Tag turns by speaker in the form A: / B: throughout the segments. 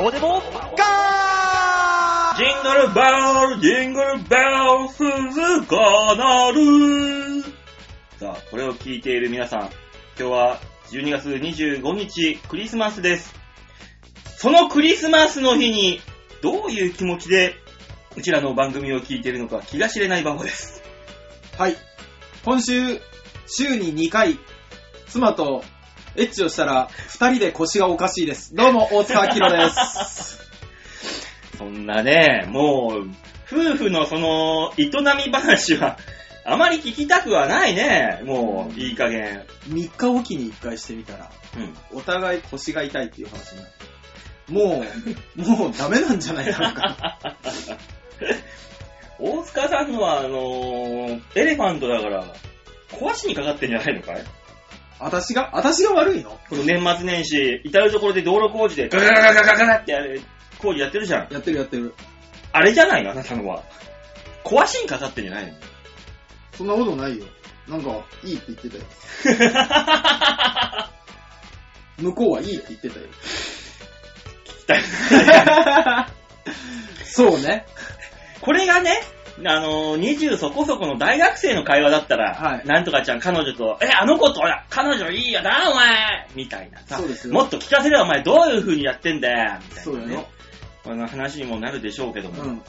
A: こでもガ
B: ジングルベル、ジングルベル、鈴がなる。さあ、これを聞いている皆さん、今日は12月25日、クリスマスです。そのクリスマスの日に、どういう気持ちで、うちらの番組を聞いているのか気が知れない番号です。
C: はい。今週、週に2回、妻とエッチをしたら、二人で腰がおかしいです。どうも、大塚明宏です。
B: そんなね、もう、夫婦のその、営み話は、あまり聞きたくはないね。もう、いい加減。
C: 3日おきに1回してみたら、
B: うん。
C: お互い腰が痛いっていう話になって。もう、もうダメなんじゃないかなか。
B: 大塚さんのは、あのーエレファントだから、壊しにかかってんじゃないのかい
C: 私が、私が悪いの
B: この年末年始、至る所で道路工事でガガガガガガガガってやる工事やってるじゃん。
C: やってるやってる。
B: あれじゃないのあなたのは。壊しにかかってんじゃないの
C: そんなことないよ。なんか、いいって言ってたよ。向こうはいいって言ってたよ。そうね。
B: これがね、あのー、20そこそこの大学生の会話だったら、
C: はい
B: なんとかちゃん彼女と、え、あの子と、ほら彼女いいよな、お前みたいなさ
C: そうですよ
B: もっと聞かせればお前どういう風にやってんだよみたいな、ね。
C: そうだよ。
B: この話にもなるでしょうけども、
C: うん。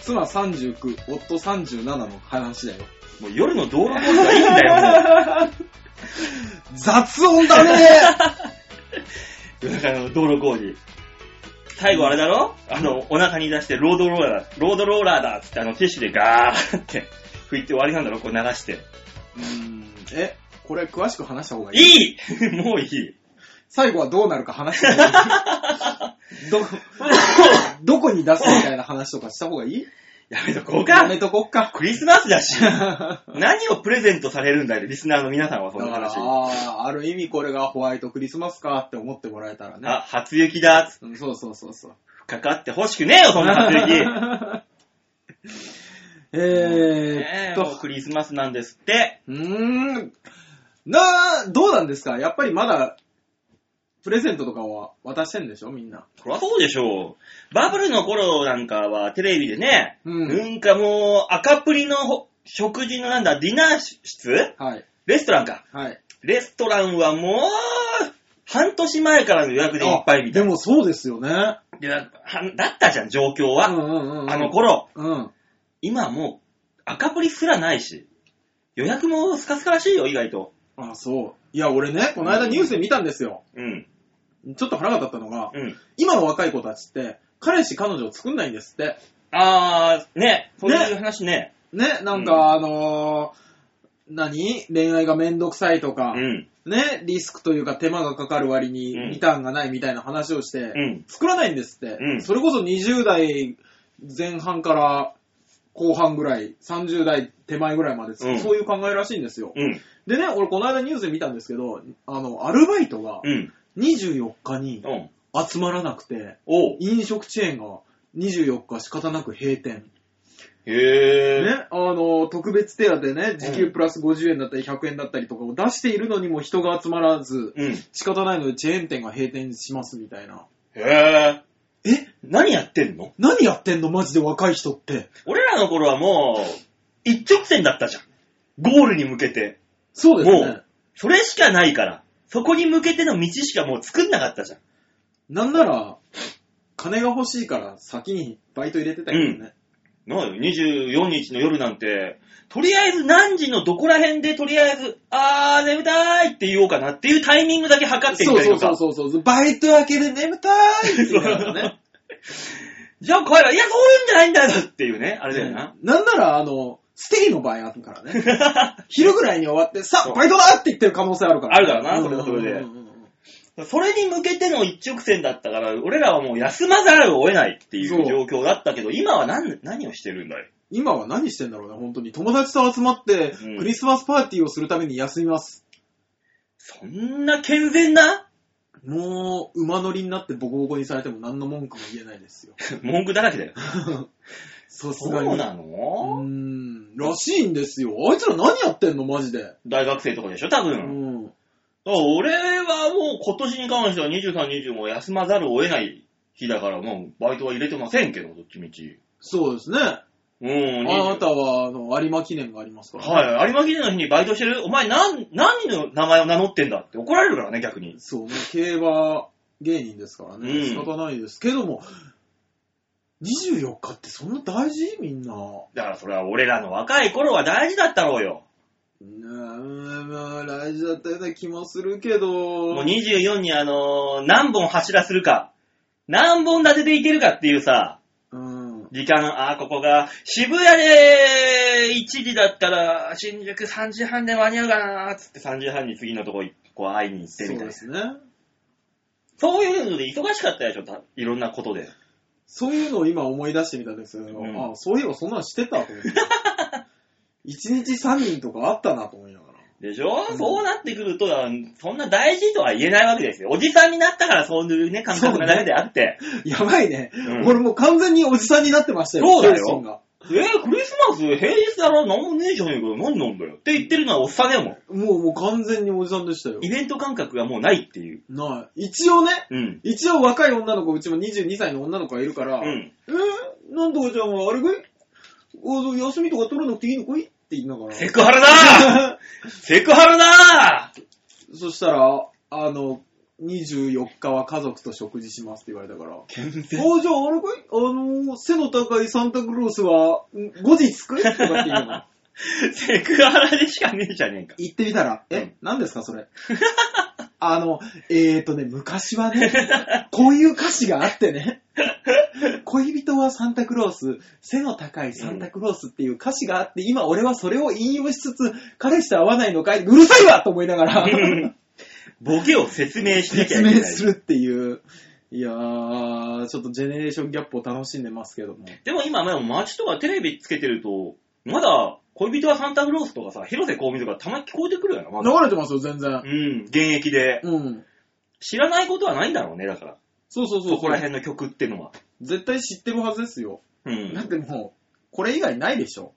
C: 妻39、夫37の話だよ。
B: もう夜の道路工事はいいんだよ、もう。
C: 雑音だ ね
B: 夜中の道路工事。最後あれだろあの、お腹に出してロードローラー、ロードローラーだっつってあのティッシュでガーって拭いて終わりなんだろこう流して。
C: うーん。え、これ詳しく話した方がいい
B: いい もういい。
C: 最後はどうなるか話した方が いいど、どこに出すみたいな話とかした方がいい
B: やめとこう
C: や
B: か。
C: めとこっか。
B: クリスマスだし。
C: だか
B: 何をプレゼントされるんだよ、リスナーの皆さんは、その
C: ら
B: 話。あ
C: あーある意味これがホワイトクリスマスかって思ってもらえたらね。
B: 初雪だ、つ
C: うんそうそうそうそう。
B: かかってほしくねえよ、そんな初 雪。ね
C: えーっ
B: えもう
C: と、
B: クリスマスなんですって。
C: うーん、なーどうなんですかやっぱりまだ、プレゼントとかは渡してんでしょみんな。
B: そりゃそうでしょう。バブルの頃なんかはテレビでね、
C: うん
B: なんかもう赤プリのほ食事のなんだ、ディナー室
C: はい。
B: レストランか。
C: はい。
B: レストランはもう、半年前からの予約でいっぱいみたい
C: でもそうですよね。
B: な。でなんかはんだったじゃん、状況は。
C: うんうんうん。
B: あの頃。
C: うん。
B: 今もう赤プリすらないし、予約もスカスカらしいよ、意外と。
C: あ、そう。いや、俺ね、この間ニュースで見たんですよ。
B: うん。
C: ちょっと腹が立ったのが、
B: うん。
C: 今の若い子たちって、彼氏彼女を作んないんですって。
B: あー、ね、そういう話ね。
C: ね、なん
B: うん
C: か、あのー、何恋愛がめんどくさいとか、
B: うん。
C: ね、リスクというか手間がかかる割に
B: うん
C: リターンがないみたいな話をして、
B: うん。
C: 作らないんですって、
B: うん
C: それこそ20代前半から後半ぐらい、30代手前ぐらいまで、
B: うん
C: そういう考えらしいんですよ。
B: うん。
C: でね、俺この間ニュースで見たんですけど、あの、アルバイトが
B: うん。
C: 24日に
B: うん。
C: 集まらなくて、
B: おう。
C: 飲食チェーンが24日仕方なく閉店。
B: へー。
C: ね、あの、特別手当でね、時給プラス50円だったり100円だったりとかを出しているのにも人が集まらず、
B: うん。
C: 仕方ないのでチェーン店が閉店しますみたいな。
B: へー。
C: え
B: 何やってんの
C: 何やってんのマジで若い人って。
B: 俺らの頃はもう、一直線だったじゃん。ゴールに向けて。
C: そうです
B: も
C: ね
B: う。それしかないから。そこに向けての道しかもう作んなかったじゃん。
C: なんなら、金が欲しいから先にバイト入れてたけどね。
B: なあよ、24日の夜なんて、とりあえず何時のどこら辺でとりあえず、あー、眠たいって言おうかなっていうタイミングだけ測ってみ
C: そう
B: たり
C: そ
B: と
C: うそ
B: か。
C: うそうそう。バイト明けで眠たーいって言いなが らね。
B: じゃあ帰ろう。いや、そういうんじゃないんだよっていうね、あれだよな。
C: なんなら、あの、ステイの場合あるか らね。昼ぐらいに終わって、さあ、バイトだって言ってる可能性あるから、
B: あるからなそれはそれで
C: うんうんうん
B: それに向けての一直線だったから、俺らはもう休まざるを得ないってい
C: そう
B: う状況だったけど、今は何、何をしてるんだよ。
C: 今は何してんだろうね、本当に。友達と集まって、
B: うん
C: クリスマスパーティーをするために休みます。
B: そんな健全な
C: もう、馬乗りになってボコボコにされても何の文句も言えないですよ。
B: 文句だらけだよ。
C: さす
B: そ
C: がに。
B: うな
C: うー
B: の
C: ん、らしいんですよ。あいつら何やってんの、マジで。
B: 大学生とかでしょ、多
C: う
B: 分。
C: ん。
B: だから俺はもう今年に関しては23、20も休まざるを得ない日だからもうバイトは入れてませんけど、どっちみち。
C: そうですね。あ
B: うん、
C: な
B: 20
C: たは、あの、有馬記念がありますから、
B: はい、有馬記念の日にバイトしてるお前なん、何の名前を名乗ってんだって怒られるからね、逆に。
C: そうね、競馬芸人ですからね、
B: うん
C: 仕方ないですけども、24日ってそんな大事みんな。
B: だからそれは俺らの若い頃は大事だったろうよ。
C: うーん、まあ、大事だったような気もするけど、
B: もう24にあのー何本柱するか、何本立てていけるかっていうさ、
C: うん。
B: 時間、あー、ここが、渋谷で1時だったら、新宿3時半で間に合うかなーっつって3時半に次のとここう会いに行って
C: そう
B: みたいな。
C: で
B: そう
C: すね。
B: いうので忙しかったでしょ、たいろんなことで。
C: そういうのを今思い出してみたんですけど、
B: うん
C: あそういえばそんなのしてたと 思って。1日3人とかあったなと思いながら。
B: でしょ、
C: うん
B: そうなってくると、そんな大事とは言えないわけですよ。おじさんになったからそういうね、感覚がダメであって。
C: やばいね。
B: うん
C: 俺もう完全におじさんになってましたよ。
B: そうだよ
C: 精神が
B: えー、クリスマス平日だろなんもねえじゃねえかよ。何なんだよ。って言ってるのはおっさんだよ、も
C: もうもう完全におじさんでした
B: う。
C: よ
B: イ。ベント感覚がもうないっていう。
C: ない。一応ね、
B: うん。
C: 一応若い女の子、うちも22歳の女の子がいるから、
B: う
C: え
B: ん。
C: ー、なんとかちゃんはあれかいお休みとか取らなくていいのかいって言いながら。
B: セクハラ だセクハラだ
C: そしたら、あの、24日は家族と食事しますって言われたから。あ、じゃああれかいあの、背の高いサンタクロースは、ん後日来いとかって言うのが
B: セクハラでしかねえじゃねえか。
C: 言ってみたら、
B: う
C: え
B: ん、
C: 何ですかそれ。 あの、えーとね、昔はね、こういう歌詞があっ てね、恋人はサンタクロース、背の高いサンタクロースっていう歌詞があって、今俺はそれを引用しつつ、彼氏と会わないのかい、うるさいわと思いながら、
B: ボケを説明しなきゃい
C: 説
B: けない。
C: 明するっていう。いやー、ちょっとジェネレーションギャップを楽しんでますけども。
B: でも今、まあ街とかテレビつけてると、まだ恋人はサンタクロースとかさ、広瀬香美とかたまに聞こえてくるよな、まだ。
C: 流れてますよ、全然
B: う。ん、現役で。
C: うん。
B: 知らないことはないんだろうね、だから。
C: そうそうそう。
B: そこら辺の曲ってのは。
C: 絶対知ってるはずですよ。
B: う
C: だっ
B: ん。
C: てもう、これ以外ないでしょ。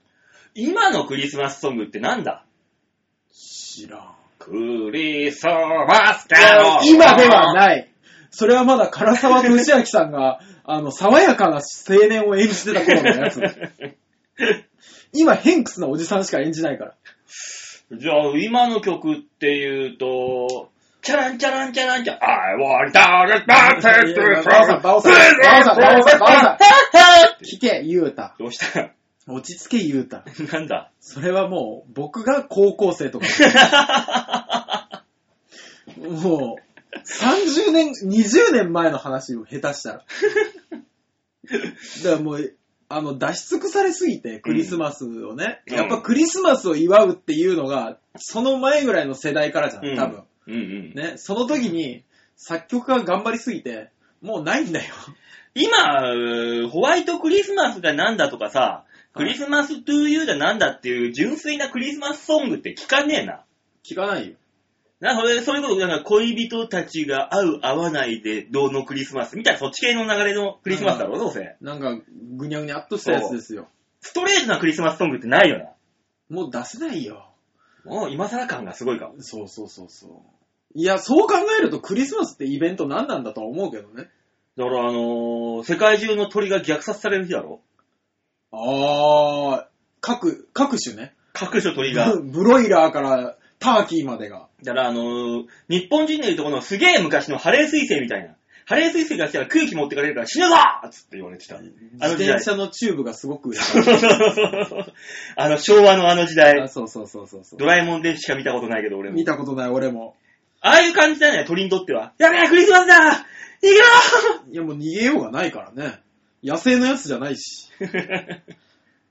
B: 今のクリスマスソングってなんだ
C: 知らん。
B: クリスマス
C: 今ではない。それはまだ唐沢俊明さん が、あの、爽やかな青年を演じてた頃のやつ。 今、ヘンクスなおじさんしか演じないから。
B: じゃあ、今の曲っていうと、チャランチャランチャランチャ、I want to get back to the
C: バオさんバオさんバオさんバオさん聞け、ゆうた。
B: どうした
C: 落ち着け、ゆうた。
B: なんだ
C: それはもう、僕が高校生とか。もう、30年、20年前の話を下手したら。だからもう、あの、出し尽くされすぎて、クリスマスをね。
B: うん
C: やっぱクリスマスを祝うっていうのが、その前ぐらいの世代からじゃ
B: うん
C: ん、多分。
B: うんうん。
C: ね、その時に、作曲家が頑張りすぎて、もうないんだよ。
B: 今、うーホワイトクリスマスがなんだとかさ、クリスマストゥーユーがなんだっていう純粋なクリスマスソングって聞かねえな。
C: 聞かないよ。
B: な、それ、そういうこと、なんか恋人たちが会う会わないでどうのクリスマスみたいなそっち系の流れのクリスマスだろ、どうせ。
C: なんか、ぐにゃぐにゃっとしたやつですよ。
B: ストレートなクリスマスソングってないよな。
C: もう出せないよ。
B: もう今更感がすごいかも。
C: そうそうそうそう。いや、そう考えるとクリスマスってイベント何なんだとは思うけどね。
B: だからあのー世界中の鳥が虐殺される日だろ
C: あー、各、各種ね。
B: 各所鳥が。
C: ブロイラーからターキーまでが。
B: だからあのー日本人でいうとこのすげえ昔のハレー彗星みたいな。ハレー彗星が来たら空気持ってかれるから死ぬぞっつって言われてた。あの
C: 自
B: 時代
C: 転車のチューブがすごく売れ
B: あの昭和のあの時
C: た。あ
B: 代、
C: そうそうそうそうそ
B: ドラえもんでしか見たことないけど俺
C: う。
B: も。
C: 見たことない俺も。
B: ああいう感じだよね、鳥にとっては。やべえ、クリスマスだ行
C: いやもう逃げようがないからね。野生のやつじゃないし。
B: く よ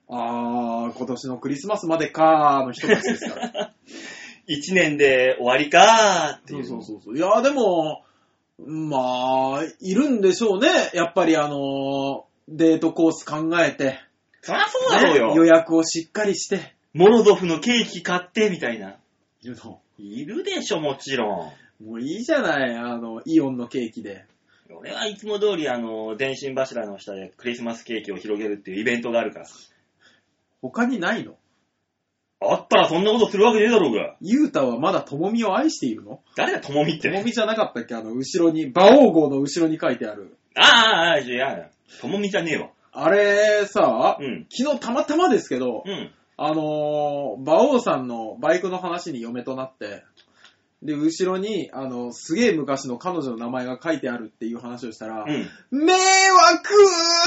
C: あー、今年のクリスマスまでかーの人たちですから。
B: 一年で終わりかーって
C: そ
B: いうう。
C: そうそうそう。いやーでも、まあ、いるんでしょうね。やっぱりあのーデートコース考えて。
B: そりゃそうだろう
C: ね
B: よ。
C: 予約をしっかりして。
B: モロゾフのケーキ買って、みたいな。
C: いるの
B: いるでしょ、もちろん。
C: もういいじゃない、あの、イオンのケーキで。
B: 俺はいつも通り、あの、電信柱の下でクリスマスケーキを広げるっていうイベントがあるから。
C: 他にないの
B: あったらそんなことするわけねえだろうが。
C: ユータはまだともみを愛しているの
B: 誰がともみっ
C: と
B: て。
C: もみじゃなかったっけあの、後ろに、馬王号の後ろに書いてある。
B: ああ、じゃあ、ともみじゃねえわ。
C: あれさ、
B: うん。
C: 昨日たまたまですけど、
B: うん。
C: あのー、馬王さんのバイクの話に嫁となって、で、後ろに、あの、すげえ昔の彼女の名前が書いてあるっていう話をしたら、
B: うん。
C: 迷惑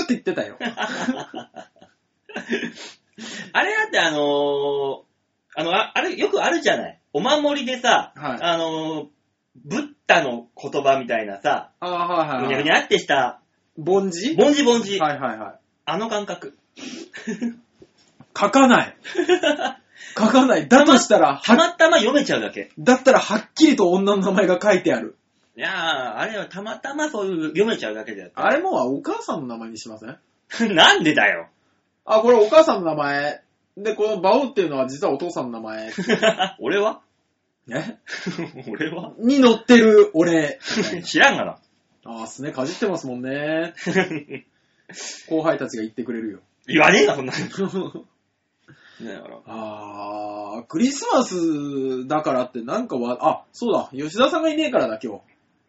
C: ーって言ってたよ。
B: あれだってあのーあの、ああれ、よくあるじゃない。お守りでさ、
C: はい
B: あのーブッダの言葉みたいなさ、
C: ああ、
B: ぐ
C: はい
B: にゃ
C: は
B: ぐ
C: い
B: に
C: はい。
B: ゃってした、
C: ぼんじ
B: ぼんじぼんじ。
C: はいはいはい。
B: あの感覚。
C: 書かない。書かない。だとしたら、
B: た
C: は、
B: またま読めちゃうだけ。
C: だったらはっきりと女の名前が書いてある。
B: いやー、あれはたまたまそういう読めちゃうだけだよ。
C: あれもはお母さんの名前にしません
B: なんでだよ。
C: あ、これお母さんの名前。で、この馬王っていうのは実はお父さんの名前。
B: 俺は
C: ね
B: 俺は
C: に乗ってる 俺。
B: 知らんがな。
C: ああ、すねかじってますもんね。後輩たちが言ってくれるよ。
B: 言わねえな、そんなの。だから。
C: ああ、クリスマスだからってなんかわ、あ、そうだ、吉田さんがいねえからだ、今日。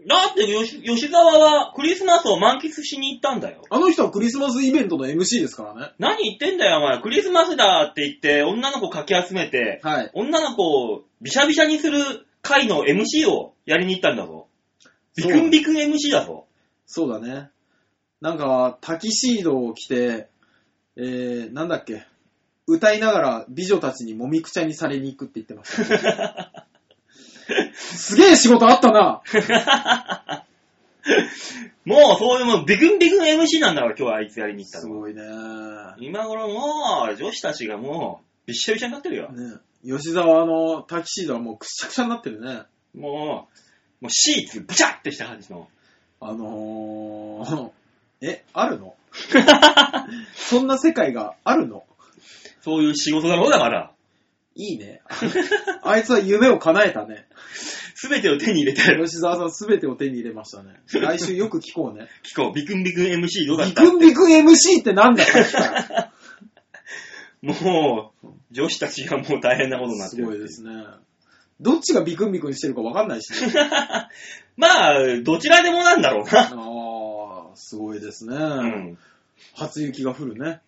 B: だって吉、吉沢はクリスマスを満喫しに行ったんだよ。
C: あの人はクリスマスイベントの MC ですからね。
B: 何言ってんだよ、お前。クリスマスだって言って、女の子かき集めて、
C: はい。
B: 女の子をビシャビシャにする会の MC をやりに行ったんだぞ。ビクンビクン MC だぞ。
C: そうだね。なんか、タキシードを着て、えー、なんだっけ、歌いながら美女たちにもみくちゃにされに行くって言ってました。すげえ仕事あったな
B: もうそういうもん、ビクンビクン MC なんだから今日あいつやりに行った
C: す
B: のは。
C: ごいねね
B: 今頃もう、女子たちがもう、びっしゃびしゃになってるよ。
C: 吉沢のタキシードはもうくしゃくしゃになってるね。
B: もう、もうシーツブチャってした感じの。
C: あのー、 え、あるのそんな世界があるの
B: そういう仕事だろうだから。
C: いいね。あいつは夢を叶えたね。
B: すべてを手に入れてる。
C: 吉沢さんすべてを手に入れましたね。来週よく聞こうね。
B: 聞こう、ビクンビクン MC どうだっ
C: ビ
B: た
C: クンビクン MC ってなんださっきから。
B: もう、女子たちがもう大変なことになっ
C: す
B: てる。
C: ごいですね。どっちがビクンビクンしてるかわかんないし、 ね。
B: まあ、どちらでもなんだろうな。
C: ああ、すごいですね。
B: うん。
C: 初雪が降るね。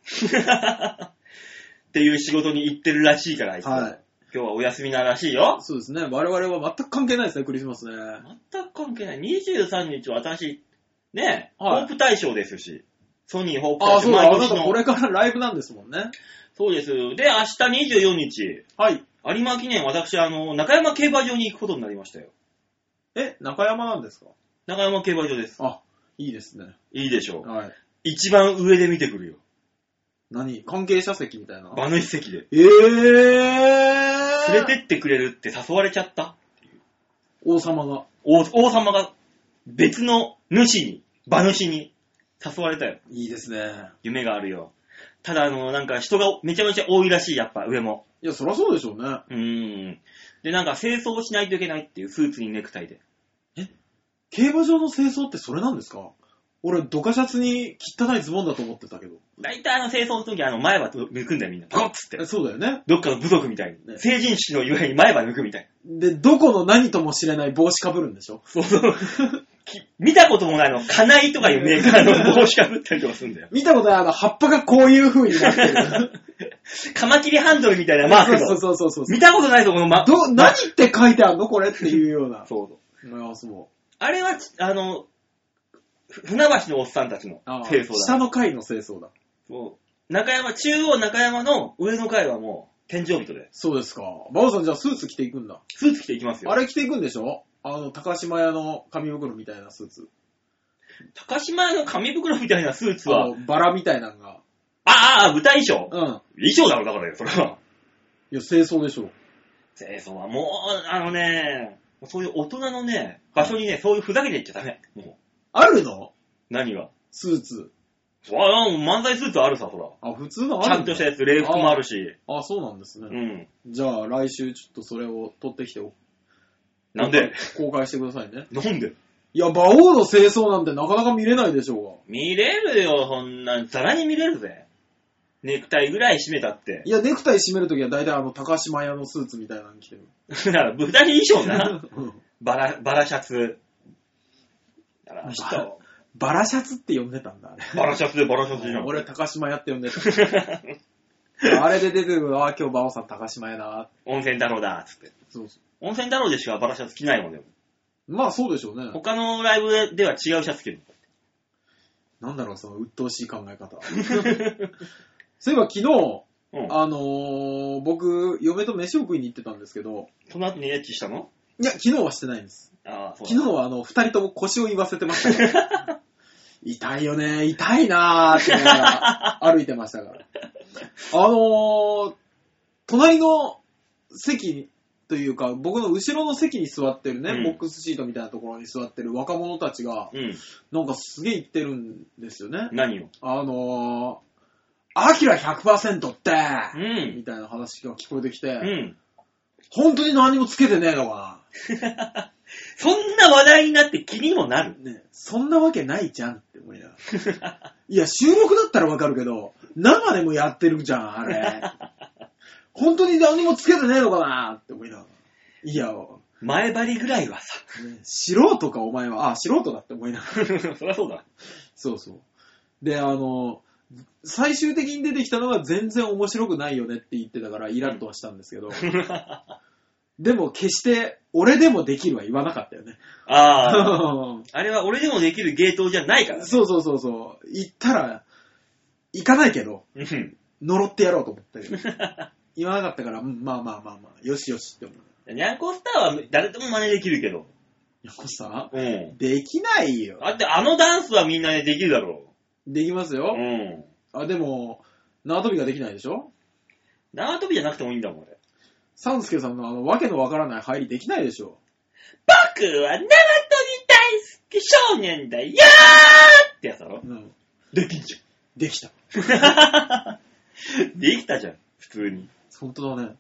B: っていう仕事に行ってるらしいから、あいつは
C: はい。
B: 今日はお休みならしいよ。
C: そうですね。我々は全く関係ないですね、クリスマスね。
B: 全く関係ない。23日は私、ね、
C: はい
B: ホープ大賞ですし。ソニーホープ
C: あ
B: 大
C: あ、
B: 賞。
C: そうだ。あ
B: 毎
C: な
B: 年
C: たこ
B: の。
C: れからライブなんですもんね。
B: そうです。で、明日24日、
C: はい。
B: 有馬記念、私、あの、中山競馬場に行くことになりましたよ。
C: え、中山なんですか
B: 中山競馬場です。
C: あ、いいですね。
B: いいでしょう。
C: はい。
B: 一番上で見てくるよ。
C: 何関係者席みたいな。
B: 馬主席で。
C: ええー、
B: 連れてってくれるって誘われちゃった。
C: 王様が。
B: 王王様が別の主に、馬主に誘われたよ。
C: いいですね。
B: 夢があるよ。ただ、あの、なんか人がめちゃめちゃ多いらしい、やっぱ、上も。
C: いや、そりゃそうでしょうね。
B: うーん。で、なんか清掃をしないといけないっていうスーツにネクタイで。
C: 競馬場の清掃ってそれなんですか俺、ドカシャツに汚いズボンだと思ってたけど。
B: 大体あの清掃の時あの前歯抜くんだよみんな。パコッつって
C: え。そうだよね。
B: どっかの部族みたい
C: ね
B: に。成人式の祝いに前歯抜くみたい
C: で、どこの何とも知れない帽子かぶるんでしょ
B: な。そう そう。き見たこともないあの、カナイとかいうメーカーの帽子かぶったりとかするん だよ。
C: 見たことないあの、葉っぱがこういう風になって る。
B: カマキリハンドルみたいなマークの。
C: そうそうそうそうそう。
B: 見たことないぞ、このマ
C: ど、何って書いてあんのこれっていうような。
B: そうそう。
C: ああ、そう。
B: あれは、ちあの、ふ船橋のおっさんたちの
C: ああ
B: 清掃
C: 下
B: だ。
C: の階の清掃だ。
B: そう中山、中央中山の上の階はもう、天井人で。
C: そうですか。バオさんじゃあスーツ着ていくんだ。
B: スーツ着ていきますよ。
C: あれ着ていくんでしょあの、高島屋の紙袋みたいなスーツ。
B: 高島屋の紙袋みたいなスーツ
C: あ
B: は、
C: の、バラみたいなのが。
B: ああ、舞台衣装。
C: うん。
B: 衣装だろ、だからよ、それは。
C: いや、清掃でしょ。
B: 清掃はもう、あのね、そういう大人のね、場所にね、そういうふざけていっちゃダメ。も
C: あるの
B: う、何が。
C: スーツ。
B: そら、漫才スーツあるさ、そら。
C: あ、普通のあ
B: ち
C: る
B: ゃ
C: の
B: んとしたやつ、礼服もあるし。
C: あ、そうなんです
B: う
C: ね。
B: ん。
C: じゃあ、来週ちょっとそれを取ってきてお
B: なんで
C: 公開してくださいね。
B: なんで
C: いや、馬王の清掃なんてなかなか見れないでしょ
B: 見れるよ、そんなん。ざらに見れるぜ。ネクタイぐらい締めたって
C: うが。。いや、ネクタイ締めるときは大体あの、高島屋のスーツみたいなの着てる。
B: だから、舞 台衣装な。
C: うん
B: バラ、バラシャツ。だから、明日
C: バラバラシャツって呼んでたんだ、あれ。
B: バラシャツでバラシャツじゃん。
C: 俺、高島屋って呼ん でた。あれで出てくる、あー今日馬王さん高島屋な。
B: 温泉太郎だ、つって。
C: そうそ
B: 温泉太郎でしかバラシャツ着ないもんね。
C: う。まあそうでしょうね。
B: 他のライブでは違うシャツ着る。
C: なんだろう、その鬱陶しい考 え方。そういえば昨日、
B: うん。
C: あのー僕、嫁と飯を食いに行ってたんですけど、
B: その後にエッチしたの
C: いや、昨日はしてないんです。
B: ああ、そうだ
C: 昨日はあの、二人とも腰を言わせてましたから 痛いよね、痛いなーって思いながら歩いてましたから。あのー、隣の席というか、僕の後ろの席に座ってるね、
B: うん
C: ボックスシートみたいなところに座ってる若者たちが、
B: うん。
C: なんかすげえ言ってるんですよね。
B: 何を
C: あのー、アキラ100%って、
B: うん。
C: みたいな話が聞こえてきて、
B: うん。
C: 本当に何もつけてねえのか
B: そんな話題になって気にもなる。
C: な。ねえそんなわけないじゃんって思いながら。いや、収録だったらわかるけど、生でもやってるじゃん、あれ。本当に何もつけてねえのかなって思いながら。いや、
B: 前張りぐらいはさ。
C: ね素人かお前は、あ、素人だって思いながら。
B: そりゃそうだ。
C: そうそう。で、あの、最終的に出てきたのは全然面白くないよねって言ってたからイラッとはしたんですけど、でも決して俺でもできるは言わなかったよね。
B: ああ、 あれは俺でもできる芸当じゃないからね。
C: そうそうそうそう。行ったら、行かないけど、
B: うん。
C: 呪ってやろうと 思ったけど。言わなかったから、うんまあまあまあまあ、よしよしって思う。
B: ニャンコスターは誰でも真似できるけど。
C: よこさ、
B: うん。
C: できないよ。
B: だってあのダンスはみんなね、できるだろ
C: できます
B: う。
C: よ
B: う。ん。
C: あ、でも、縄跳びができないでしょ
B: 縄跳びじゃなくてもいいんだもん、俺。
C: サンスケさんのあの、わけのわからない入りできないでしょ
B: 僕は縄跳び大好き少年だよーってやつだろ
C: うん。
B: できんじ
C: できた。
B: ゃん。 できたじゃん、普通に。
C: 本当だね。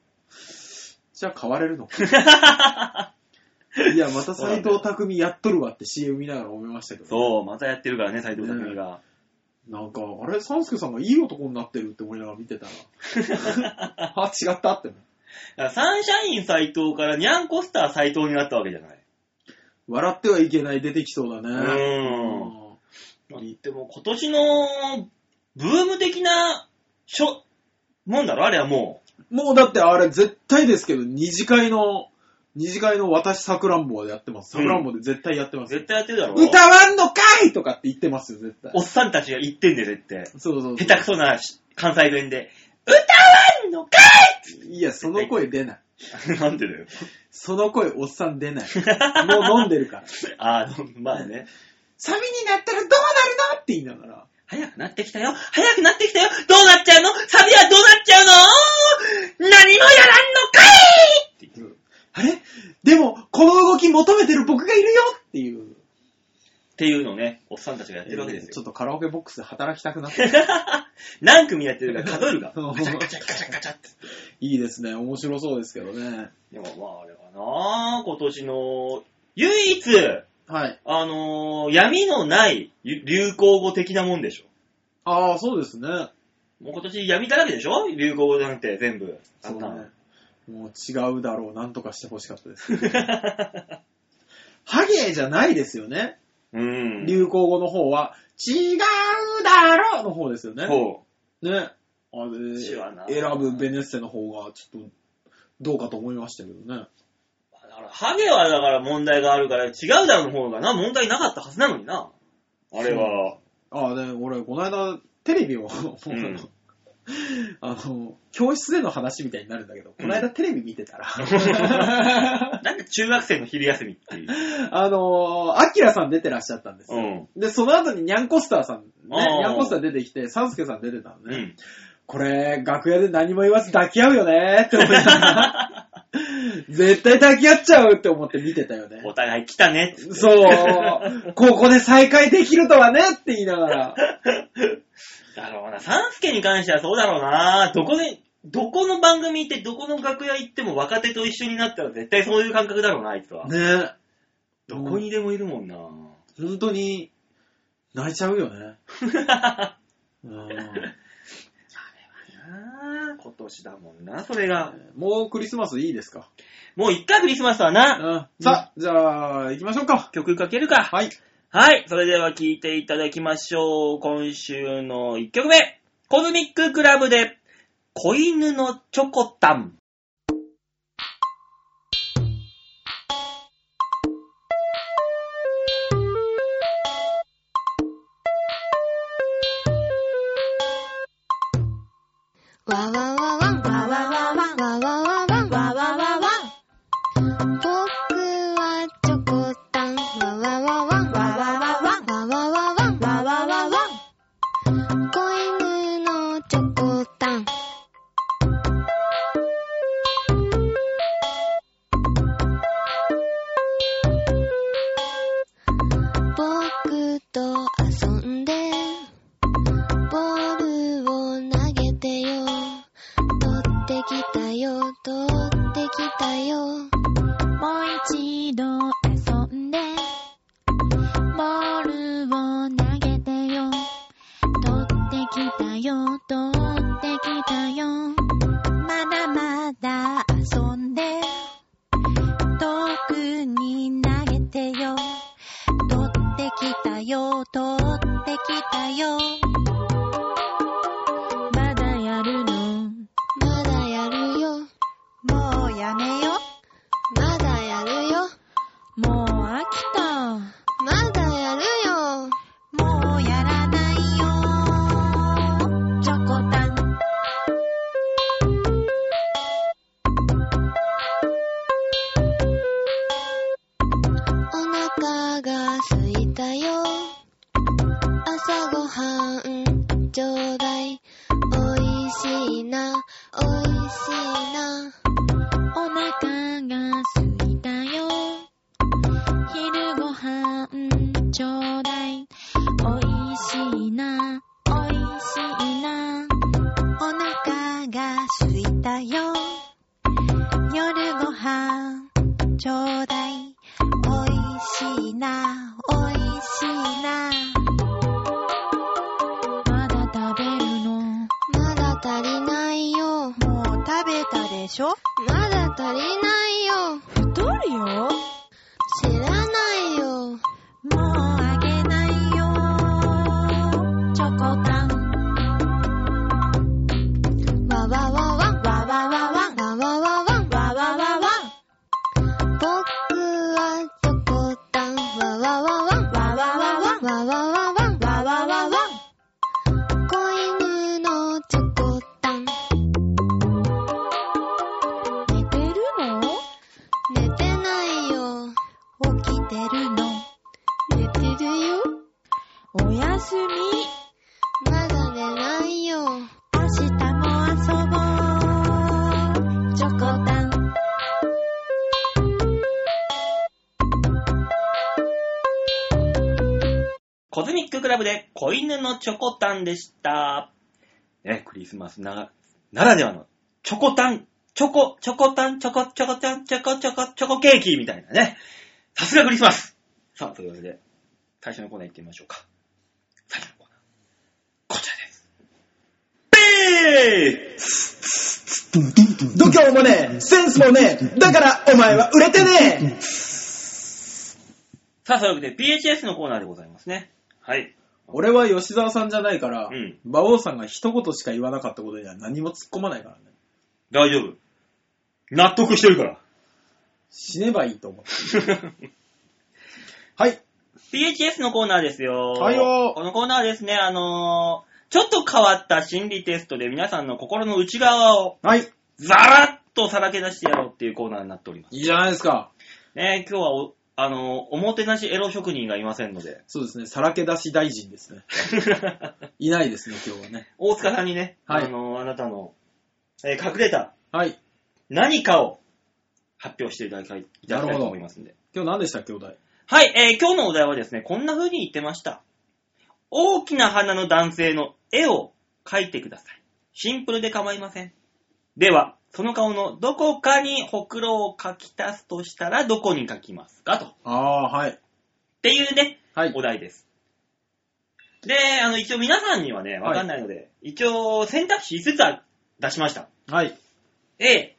C: じゃあ買われるのか。 いや、また斎藤匠やっとるわって CM 見ながら思いましたけど。
B: そう、またやってるからね、斎藤匠が。
C: なんか、あれ、サンスケさんがいい男になってるって思いながら見 てたら、あ、違ったってね。
B: だからサンシャイン斎藤からニャンコスター斎藤になったわけじゃない。
C: 笑ってはいけない出てきそうだ
B: う
C: ね。
B: ーん。
C: うん
B: でも今年のブーム的な、しょ、もんだろあれはも
C: もうだってあれ絶対ですけど、二次会の、二次会の私さくらんぼでやってます。さ
B: うん
C: くらんぼで絶対やってま
B: う。
C: す。
B: 絶対やってるだろ
C: 歌わんのかいとかって言ってますよ、絶対。
B: おっさんたちが言ってんで、絶対。
C: そうそう
B: 下
C: そ
B: 手くそなし関西弁で、歌わんのか
C: う。いや、その声出ない。
B: いなんでだよ。
C: その声おっさん出ない。もう飲んでる から。
B: ああ、まあね。
C: サビになったらどうなるのって言いながら。
B: 早くなってきたよ早くなってきたよどうなっちゃうのサビはどうなっちゃうの何もやらんのかいって
C: うんあれでも、この動き求めてる僕がいるよっていう。
B: っていうのをね、おっさんたちがやってるわけですよ。
C: ちょっとカラオケボックスで働きたくなって。
B: 何組やってるか数える が。
C: うん
B: ガチャガチャガチャガチャって。
C: いいですね。面白そうですけどね。
B: でもまああれかな今年の唯一、
C: はい。
B: あのー闇のない流行語的なもんでしょ。
C: ああ、そうですね。
B: もう今年闇だらけでしょ流行語なんて全部。あ
C: そ
B: ん
C: う
B: な
C: ね。もう違うだろう。なんとかしてほしかったです。ハゲじゃないですよね。
B: うん。
C: 流行語の方は、違うだろうの方ですよね。
B: 行
C: ね。あ
B: 違うな
C: れ、選ぶベネッセの方が、ちょっと、どうかと思いましたけどね。
B: だから、ハゲはだから問題があるから、違うだろの方がな、問題なかったはずなのにな。あれは、
C: ああ、ね、俺、この間、テレビを、
B: ん
C: あの、教室での話みたいになるんだけど、この間テレビ見てたら、
B: なんで中学生の昼休みっていう。
C: あのー、アキラさん出てらっしゃったんです
B: う
C: よ。
B: ん。
C: で、その後にニャンコスターさん、ね、ニ
B: あー
C: ャンコスター出てきて、サンスケさん出てたの
B: う
C: ね。
B: ん。
C: これ、楽屋で何も言わず抱き合うよねって思いながら、 絶対抱き合っちゃうって思って見てたよね。
B: お互い来たねっつって。
C: そう、ここで再会できるとはねって言いなが ら、
B: だろうな。サンスケに関してはそうだろうな。どこで、どこの番組行って、どこの楽屋行っても若手と一緒になったら絶対そういう感覚だろうな、あいつは。
C: ね。
B: どこにでもいるもんな。
C: 本当に、泣いちゃうよ ね。うん
B: なあ今年だもんな、それが。
C: もうクリスマスいいですか、
B: もう一回クリスマスは
C: う
B: な、
C: ん、さあ、じゃあ、行きましょうか。
B: 曲かけるか。
C: はい。
B: はい、それでは聴いていただきましょう。今週の1曲目。コズミッククラブで、子犬のチョコタン。
D: わわわわん、わわわわん、わわわわん、わわわわん。僕はチョコタン、わわわわん、わわわわん、わわわわん、わわわわん。子犬のチョコタン。僕と遊んでボールを投げてよ。取ってきたよ、取ってきたよ。もう一度遊んで。ボールを投げてよ。取ってきたよ、取ってきたよ。まだまだ遊んで。遠くに投げてよ。取ってきたよ、取ってきたよ。まだやるのまだやるよ。もうやめよ。まだやるよ。もう飽きた。まだやるよ。もうやらないよ。チョコタン。お腹がすいたよ。朝ごはんちょうだい。おいしいな、おいしいな。お腹がすいたよ。昼ごはんちょうだい。おいしいな、おいしいな。お腹がすいたよ。夜ごはんちょうだい。おいしいな、おいしいな。まだ食べるのまだ足りないよ。もう食べたでしょまだ足りないよ。太るよ。知らないよ。もうあげないよ。チョコタン。わわわわん。わわわわん。わわわわん。わわわわん。僕はチョコタン。わわわわん。わわわわん。わわわわん。わわわわん。子犬のチョコタン。寝てるの寝てないよ。起きてるの寝てるよ。おやすみ。まだ寝ないよ。明日も遊ぼう。チョコタン。
B: コズミッククラブで子犬のチョコタンでした。ね、クリスマスならならではのチョコタン、チョコ、チョコタン、チョコ、チョコタン、チョコ、チョコ、チョコケーキみたいなね。さすがクリスマスさあ、というわけで、最初のコーナー行ってみましょうか。最初のコーナー。こちらです。
C: 度胸もねえ、センスもねえ、だからお前は売れてねえ
B: さあ、そういうわけで PHS のコーナーでございますね。はい。
C: 俺は吉沢さんじゃないから、
B: うん
C: 馬王さんが一言しか言わなかったことには何も突っ込まないからね。
B: 大丈夫。納得してるから。
C: 死ねばいいと思って。 はい。
B: PHS のコーナーですよ。
C: はいよ
B: このコーナーはですね、あのーちょっと変わった心理テストで皆さんの心の内側を
C: はい。
B: ザラッとさらけ出してやろうっていうコーナーになっております。
C: いいじゃないですか。
B: ね、今日はお、あのーおもてなしエロ職人がいませんの で。
C: そうですね。さらけ出し大臣ですね。いないですね、今日はね。
B: 大塚さんにね、
C: はい
B: あのーあなたの、えー隠れた
C: はい。
B: 何かを発表していただきたいいただきたいと思いますんで。
C: 今日何でした、兄弟
B: はい、えー今日のお題はですね、こんな風に言ってました。大きな花の男性の絵を描いてください。シンプルで構いません。では、その顔のどこかにほくろを描き足すとしたらどこに描きますかと。っ
C: ああー、はい。
B: ていうね、
C: はい
B: お。題です。で、あの、一応皆さんにはね、わかんないので、一応選択肢5つは出しました。
C: はい。
B: A、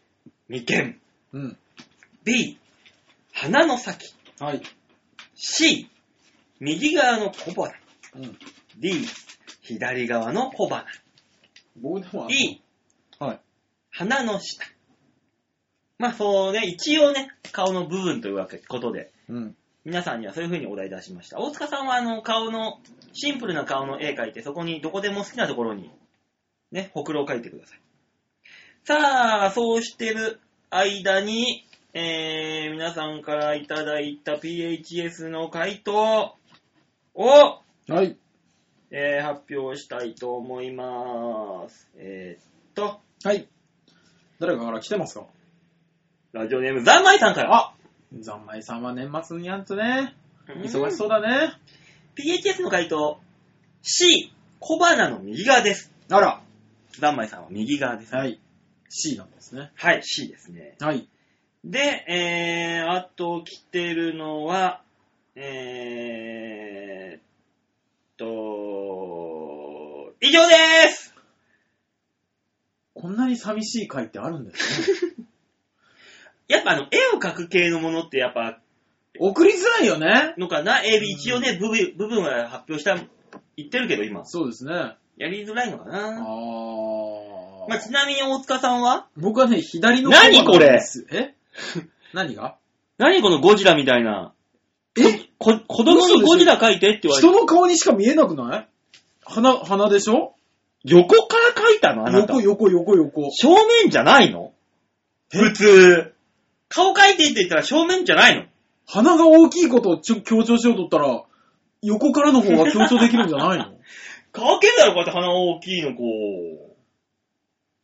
B: 眉間。
C: うん。
B: B、鼻の先。
C: はい。
B: C、右側の小鼻。
C: うん。
B: D、左側の小鼻。
C: 僕でもあの
B: E、
C: はい。
B: 鼻の下。まあそうね、一応ね、顔の部分というわけ、ことで、
C: うん。
B: 皆さんにはそういう風にお題出しました。大塚さんはあの、顔の、シンプルな顔の絵描いて、そこにどこでも好きなところに、ね、ほくろを描いてください。さあ、そうしてる間に、えー、皆さんからいただいた PHS の回答を、
C: はい。
B: えー発表したいと思います。えーっと、
C: はい。誰かから来てますか
B: ラジオネーム、ざんまいさんから。
C: あざんまいさんは年末にやんとね、
B: うん
C: 忙しそうだね。
B: PHS の回答、C、小花の右側です。
C: あら。
B: ざんまいさんは右側です。はい、
C: はい。C なんですね。
B: C ですね。
C: はい。
B: で、えー、あと来てるのは、えーっと、以上です
C: こんなに寂しい回ってあるんですね。
B: やっぱあの、絵を描く系のものってやっぱ
C: 送りづらいよね。
B: のかな ?AB 一応ね、部分部分は発表した、言ってるけど今。
C: そうですね。
B: やりづらいのか
C: あ
B: な
C: ー。
B: まあ、ちなみに大塚さんは
C: 僕はね、左の
B: 何これ
C: なんです え何が
B: 何このゴジラみたいな。
C: え
B: こ、子供にゴジラ描いてって言われ
C: 人
B: て。
C: の顔にしか見えなくない鼻、鼻でしょ
B: 横から描いたのあなた
C: 横、。横、横、横。
B: 正面じゃないの普通。顔描いてって言ったら正面じゃないの
C: 鼻が大きいことをちょ強調しようとったら、横からの方が強調できるんじゃない の
B: 描けんだろ、こうやって鼻大きいの、こう。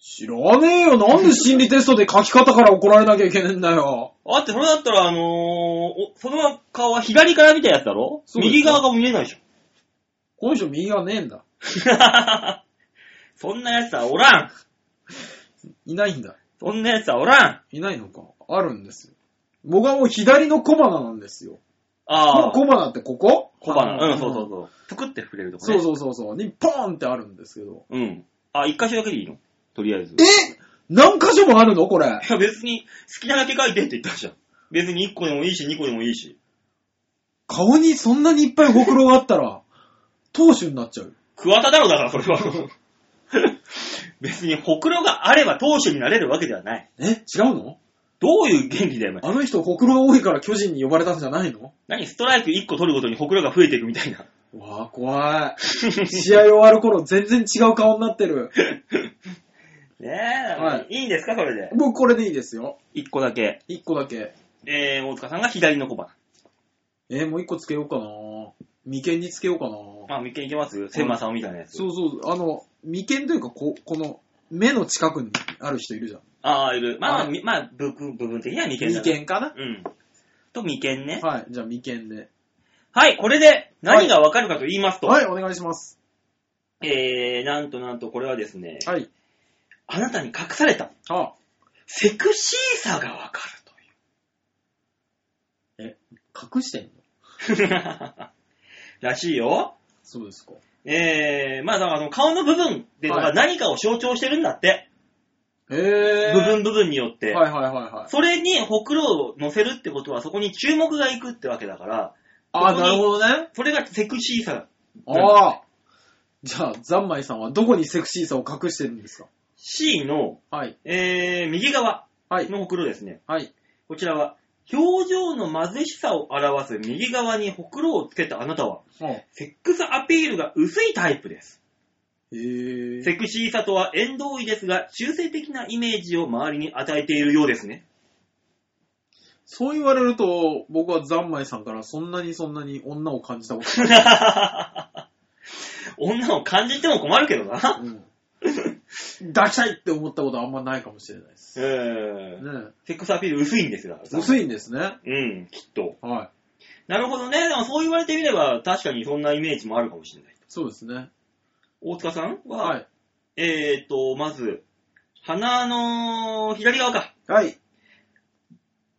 C: 知らねえよ。なんで心理テストで書き方から怒られなきゃいけねえんだよ。
B: あって、それだったら、あのーおその顔は左から見たやつだろ
C: そうですよ
B: 右側が見えないでしょ。
C: この人右がねえんだ。
B: そんなやつはおらん。
C: いないんだ。
B: そんなやつはおらん。
C: いないのか。あるんですよ。僕はもう左の小鼻なんですよ。
B: あ
C: も
B: あ
C: う、小鼻ってここ
B: 小鼻。うん、そうそうそう。ぷくって触れるとこ
C: そ
B: ね。
C: うそうそうそう。にポーンってあるんですけど。
B: うん。あ、一箇所だけでいいのとりあえず。い
C: え何箇所もあるのこれ。
B: や別に、好きなだけ書いてって言ったじゃん。別に1個でもいいし、2個でもいいし。
C: 顔にそんなにいっぱいほくろがあったら、当主になっちゃうよ。
B: 桑田だろ、だから、それは。 別に、ほくろがあれば当主になれるわけではない。
C: え違うの
B: どういう原理だよ、お前。
C: あの人ほくろが多いから巨人に呼ばれたんじゃないの
B: 何、ストライク1個取るごとにほくろが増えていくみたいな。
C: わあ、怖い。試合終わる頃全然違う顔になってる。
B: ねえ、
C: はい
B: い、いんですか、それで。
C: 僕これでいいですよ。
B: 1個だけ。
C: 一個だけ。
B: えー、大塚さんが左の小鼻。
C: えーもう一個つけようかな。眉間につけようかな。
B: あ、眉間いけます千馬さんみたいなやつ。
C: そうそう、あの、眉間というか、こ、この、目の近くにある人いるじゃん。
B: ああ、いる。まあ、まあ
C: はい
B: み、まあ、部分部分的には眉間だ
C: 眉
B: な。
C: 間かな
B: うん。と眉間ね。
C: はい、じゃあ眉間で。
B: はい、これで何がわかるかと言いますと、
C: はい、お願いします。
B: えー、なんとなんとこれはですね、
C: はい。
B: あなたに隠された
C: あ、
B: セクシーさがわか
C: 隠してんの
B: ると いう。らしいよ。
C: そうですか。
B: えー、まあだからあの顔の部分っていうのが
C: は
B: 何
C: い
B: かを象徴してるんだって。
C: へえ。
B: 部分部分によって。
C: はいはいはいはい。
B: それにほくろを乗せるってことはそこに注目がいくってわけだから、
C: あ
B: ここに
C: ー、なるほどね。
B: それがセクシーさ。
C: ああ。じゃあ、ざんまいさんはどこにセクシーさを隠してるんですか
B: C の、
C: はい。
B: えー、右側
C: はい。
B: のほくろですね。
C: はい。
B: こちらは、表情の貧しさを表す右側にほくろをつけたあなたは、
C: うん
B: セックスアピールが薄いタイプです。
C: へえ。
B: セクシーさとは縁遠いですが、中性的なイメージを周りに与えているようですね。
C: そう言われると、僕はざんまいさんからそんなにそんなに女を感じ たこ
B: 女を感じても困るけどな。
C: と、うん。抱きたいって思ったことはあんまないかもしれないです。
B: え
C: ね
B: ーセックスアピール薄いんですよ。
C: 薄
B: い
C: いんですね。
B: うん、きっと。
C: はい。
B: なるほどね。でもそう言われてみれば、確かにそんなイメージもあるかもしれない。
C: そうですね。
B: 大塚さんは、
C: はい。
B: えーと、まず、鼻の左側か。
C: はい。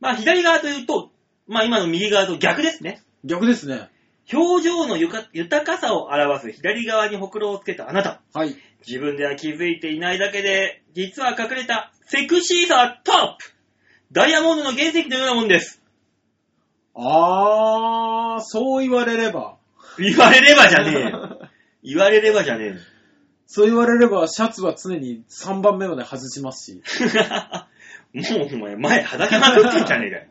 B: まあ、左側というと、まあ、今の右側と逆ですね。
C: 逆ですね。
B: 表情のゆか豊かさを表す左側にほくろをつけたあなた。
C: はい。
B: 自分では気づいていないだけで、実は隠れたセクシーさはトップダイヤモンドの原石のようなもんです。
C: あー、そう言われれば。
B: 言われればじゃねえよ。 言われればじゃねえよ。
C: そう言われれば、シャツは常に3番目まで外しますし。
B: もうお前、前裸なのってんじゃねえかよ。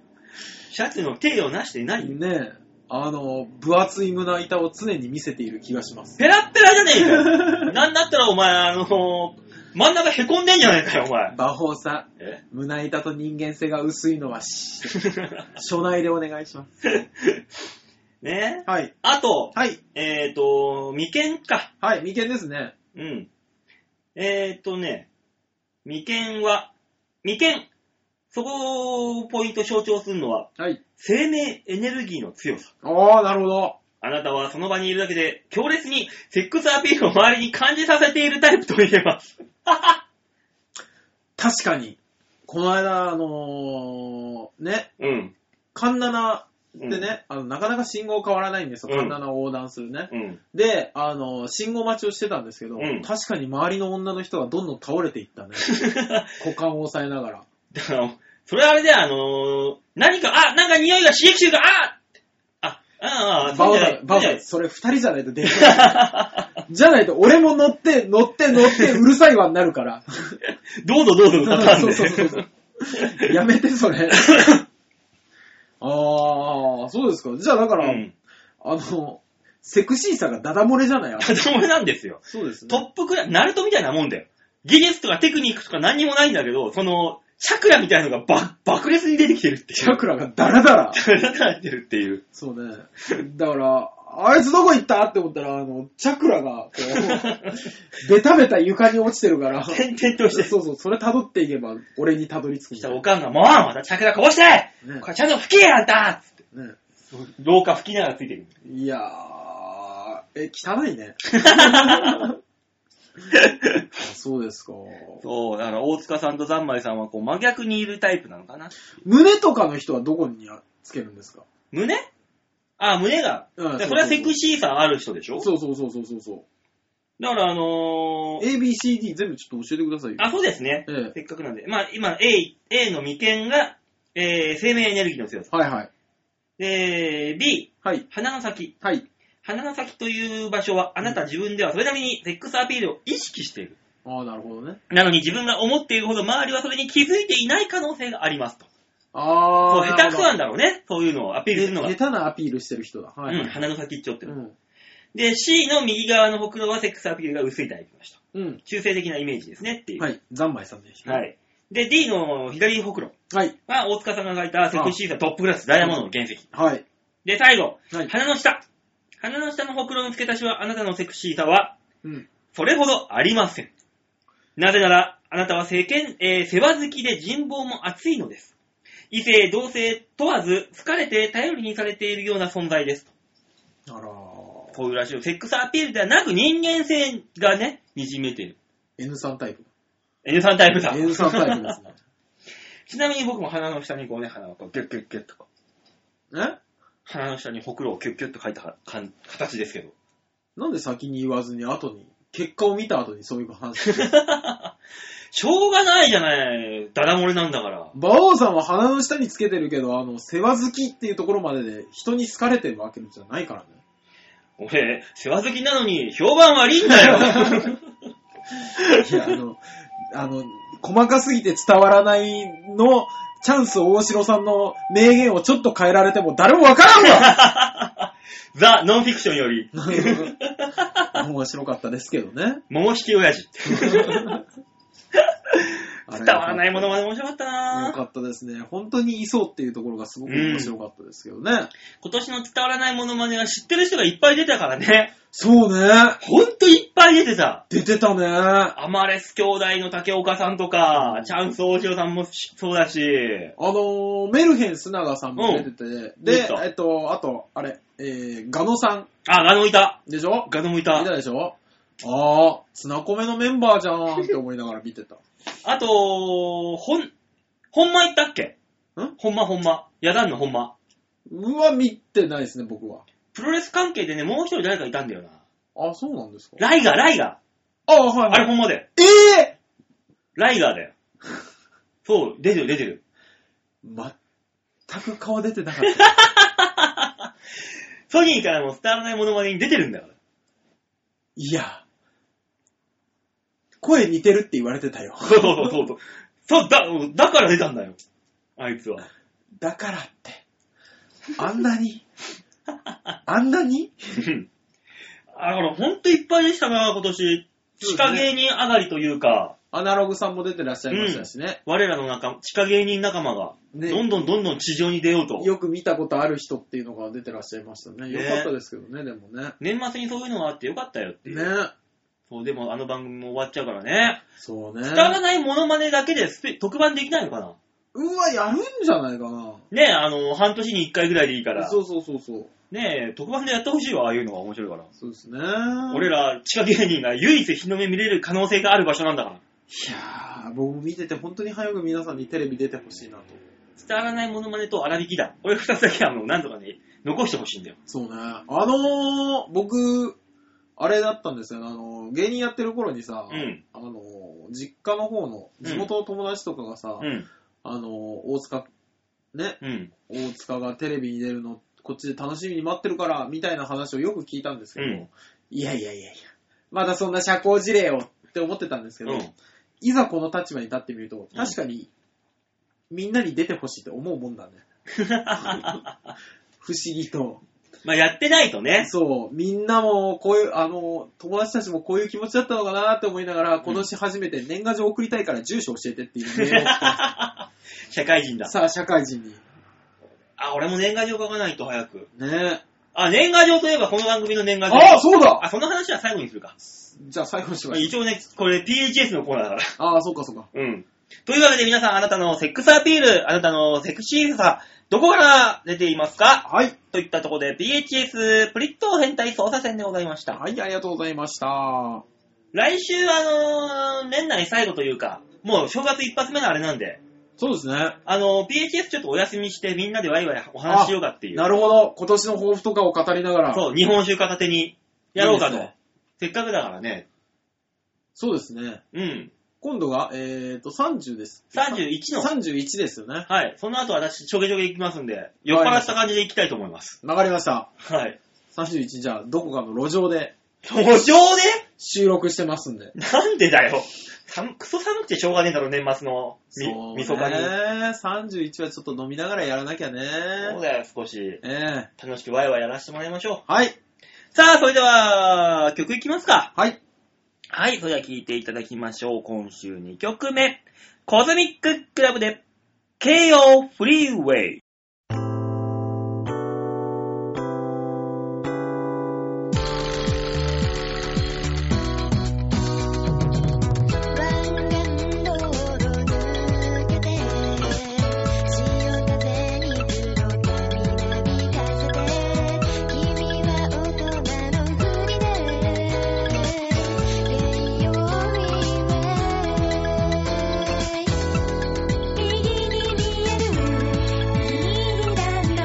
B: シャツの手をなして何よ
C: ねえ、あの、分厚い胸板を常に見せている気がし ます。
B: ペラッペラじゃねえか よ。なんだったらお前、あの真ん中へこんでんじゃねえかよ、お前。
C: 魔法さ、
B: え
C: 胸板と人間性が薄いのはし、初内でお願いします。
B: ねえ。
C: はい。
B: あと、
C: はい。
B: えっ、ー、と、眉間か。
C: はい、眉間ですね。
B: うん。えっ、ー、とね、眉間は、眉間。そこをポイント象徴するのは、
C: はい。
B: 生命エネルギーの強さ。
C: ああ、なるほど。
B: あなたはその場にいるだけで、強烈にセックスアピールを周りに感じさせているタイプと言えます。
C: 確かに、この間、あのーね、
B: うん。
C: カンナナ
B: う
C: っ
B: ん
C: て、ね、あの、なかなか信号変わらないんですよ。
B: うん
C: カンナナを横断するね。
B: うん。
C: で、あの、信号待ちをしてたんですけど、
B: うん
C: 確かに周りの女の人がどんどん倒れていっ たね。股間を押さえながら。
B: だから、それあれだよ、あのー何か、あ、なんか匂いが刺激してるから、ああ、ああ、
C: バ
B: そう
C: オ
B: じゃな
C: だ
B: い、
C: バ
B: そ
C: オ
B: うじゃな
C: だ、
B: い
C: それ二人じゃないとできない。じゃないと、俺も乗って、乗って、乗って、うるさいわにな るから。
B: どうぞどうぞ歌ったん
C: そ
B: で。
C: うそうそう そう。やめて、それ。ああ、そうですか。じゃあ、だから、
B: うん。
C: あの、セクシーさがダダ漏れじゃないあれ
B: ただ俺なんですよ。
C: そうです
B: ト
C: ね。
B: ップクラス、ナルトみたいなもんだよ。技術とかテクニックとか何にもないんだけど、その、チャクラみたいなのがば爆裂に出てきてるっていう。
C: チャクラがダラダラ。
B: ラが出てるっていう。
C: そうね。だから、あいつどこ行ったって思ったら、あの、チャクラが、こ う、ベタベタ床に落ちてるから、そ
B: 転々として。
C: うそう、それ辿っていけば、俺に辿り着
B: そ
C: くん
B: した
C: だ
B: ら
C: よ
B: おかんが、もうまたチャクラこぼして、
C: ね
B: これちゃんと吹けやあんたつって
C: ね。
B: 廊下吹きながらついてる。
C: いやー、え、汚 いね。 あそうですか。
B: そう、だから大塚さんと三枚さんはこう真逆にいるタイプなのかな。
C: 胸とかの人はどこにつけるんですか
B: 胸あ、胸が。
C: う
B: だか
C: ん
B: ら
C: そうそうそう
B: それはセクシーさある人でしょ
C: そうそうそうそうそうそう。
B: だからあのー、
C: ABCD 全部ちょっと教えてくださいよ。
B: あ、そうですね。
C: ええ
B: せっかくなんで。まあ今 A、A の眉間が、えー、生命エネルギーの強さ。
C: はいはい。
B: で、B、
C: はい。
B: 鼻の先。
C: はい。
B: 鼻の先という場所はあなた自分ではそれなりにセックスアピールを意識している。
C: ああ、なるほどね。
B: なのに自分が思っているほど周りはそれに気づいていない可能性がありますと。
C: あ
B: そ
C: あ。
B: う、下手くそ
C: な
B: な
C: る
B: んだろうね。そういうのをアピールするの
C: ほ
B: が
C: ど。下。手なアピールしてる人だ。はい。
B: うん、鼻の先っちょって
C: う
B: の。
C: ん。
B: で、C の右側のほくろはセックスアピールが薄いタイプの人。
C: うん。
B: 中性的なイメージですねっていう。
C: はい。ざんまいさんでした。
B: はい。。で、D の左ほくろ
C: はい。
B: は大塚さんが書いたセクシーさトップクラスダイヤモンドの原石。
C: はい。
B: で、最後、
C: はい
B: 鼻の下。鼻の下のほくろの付け足しはあなたのセクシーさは
C: うん。
B: それほどありません。なぜなら、あなたは世間、えー世話好きで人望も厚いのです。異性、同性問わず、疲れて頼りにされているような存在です。
C: あらー
B: こういうらしいよ。セックスアピールではなく人間性がね、滲めている。
C: N3 タイプ。
B: N さんタイプだ。
C: N3 タイプですね。
B: ちなみに僕も鼻の下にこうね、鼻をこうギュッギュッギュッとこう。
C: え
B: 鼻の下にほくろをキュッキュッと書いたかかん形ですけど。
C: なんで先に言わずに後に、結果を見た後にそういう話。
B: しょうがないじゃない。ダダ漏れなんだから。
C: 馬王さんは鼻の下につけてるけど、あの、世話好きっていうところまでで人に好かれてるわけじゃないからね。
B: 俺、世話好きなのに評判悪いんだよ。
C: いや、あの、あの、細かすぎて伝わらないの、チャンス大城さんの名言をちょっと変えられても誰もわからんわ
B: ザ・ノンフィクションより、
C: 面白かったですけどね。
B: 桃引き親父。
C: あれ
B: 伝わらないものまで面白かった
C: よ
B: な
C: かったですね。本当にいそうっていうところがすごく面白かったですけどね。
B: 今年の伝わらないものまねは知ってる人がいっぱい出たからね。
C: そうね。
B: ほんといっぱい出てた。
C: 出てたね。
B: アマレス兄弟の竹岡さんとか、チャンス大城さんもそうだし、
C: あのーメルヘン砂川さんも出てて、
B: 出
C: で
B: た、
C: えっと、あと、あれ、えー、ガノさん
B: あ、ガノいた。
C: でしょ
B: ガノもい
C: いた
B: た。
C: でしょああ、ツナコメのメンバーじゃーんって思いながら見てた。
B: あと、ほん、ほんま行ったっけ
C: ん
B: ほんまほんま。野団のほんま。
C: うわ、見てないですね、僕は。
B: プロレス関係でね、もう一人誰かいたんだよな。
C: あ、そうなんですか。
B: ライガー、ライガ
C: あ、は
B: ー。
C: い、
B: あ
C: は
B: れ
C: い。
B: ほんまだよ。
C: え
B: ライガーだよ。そう、出てる、出てる。
C: ぇ、全く顔出てなかった。
B: ソニーからも伝わらないモノマネに出てるんだから。
C: いや、声似てるって言われてたよ。
B: そうそうそうそう。そう、だ、だから出たんだよ。あいつは。
C: だからって、あんなに、あんなに
B: うんあ、だからほんといっぱいでしたな、今年。地下芸人上がりというか、
C: アナログさんも出てらっしゃいましたしね。
B: 我らの仲、地下芸人仲間が、
C: ね
B: どんどんどんどん地上に出ようと。
C: よく見たことある人っていうのが出てらっしゃいましたね。
B: ね
C: よかったですけどね、でもね。
B: 年末にそういうのがあってよかったよっていう。
C: ね。
B: そう、でもあの番組も終わっちゃうからね。
C: そう
B: 伝わら
C: ね。
B: ないモノマネだけでスペ特番できないのかな
C: うわ、やるんじゃないかな。
B: ねえ、あの、半年に一回ぐらいでいいから。
C: そうそうそうそう。
B: ねえ、特番でやってほしいわ、ああいうのが面白いから。
C: そうですね。
B: 俺ら、地下芸人が唯一日の目見れる可能性がある場所なんだから。
C: いやー、僕も見てて本当に早く皆さんにテレビ出てほしいなと。
B: 伝わらないモノマネと荒引きだ。俺二つだけはもうなんとかね、残してほしいんだよ。
C: そうね。あのー、僕、あれだったんですよね。あのー、芸人やってる頃にさ、
B: うん
C: あのー、実家の方の、地元の友達とかがさ、
B: うん、
C: あのー、大塚、ね、
B: うん、
C: 大塚がテレビに出るの、こっちで楽しみに待ってるから、みたいな話をよく聞いたんですけ
B: う
C: ど、
B: ん、
C: いやいやいやいや、まだそんな社交辞令をって思ってたんですけど、
B: うん。
C: いざこの立場に立ってみると、
B: うん
C: 確かに、みんなに出てほしいって思うも んだね。不思議と。
B: まあやってないと ね。
C: そう、みんなもこういう、あの、友達たちもこういう気持ちだったのかなって思いながら、今年初めて年賀状送りたいから住所教えてって いうメールを送った
B: 社会人だ。
C: さあ、社会人に。
B: あ、俺も年賀状書かないと早く。
C: ね
B: あ、年賀状といえばこの番組の年賀状。
C: ああ、そうだ
B: あ、その話は最後にするか。
C: じゃあ最後にしまし
B: 一応ね、これ PHS のコーナーだから。
C: ょう。ああ、そうかそうか。
B: うん。というわけで皆さん、あなたのセックスアピール、あなたのセクシーさ、どこから出ていますか
C: はい。
B: といったところで、PHS プリット変態操作戦でございました。
C: はい、ありがとうございました。
B: 来週、あのー年内最後というか、もう正月一発目のあれなんで、
C: そうですね。
B: あのー PHS ちょっとお休みしてみんなでワイワイお話ししようかっていう。
C: なるほど。今年の抱負とかを語りながら。
B: そう、日本酒片手にやろうかと。
C: いいですね
B: せっかくだからね。
C: そうですね。
B: うん。
C: 今度が、えーと、30です。
B: 31の。
C: 31ですよね。
B: はい。その後私、ちょげちょげ行きますんで、酔っ払った感じで行きたいと思います。
C: わかりました。
B: はい。
C: 31じゃあ、どこかの路上で
B: 路上で
C: 収録してますんで。
B: なんでだよ。寒クソ寒くてしょうがねえだろ、年末のみ、
C: そうね
B: みそかに。
C: 31はちょっと飲みながらやらなきゃね。
B: そうだよ、少し。
C: ええ
B: 楽しくワイワイやらせてもらいましょ
C: はい。
B: う。さあ、それでは、曲いきますか。
C: はい。
B: はい、それでは聴いていただきましょう。今週2曲目。コズミッククラブで、KO フリーウェイ。
D: 湾岸道路抜けて潮風吹いてに黒髪なびかせて君は大人のふりで芸用フリーウェイ右に見える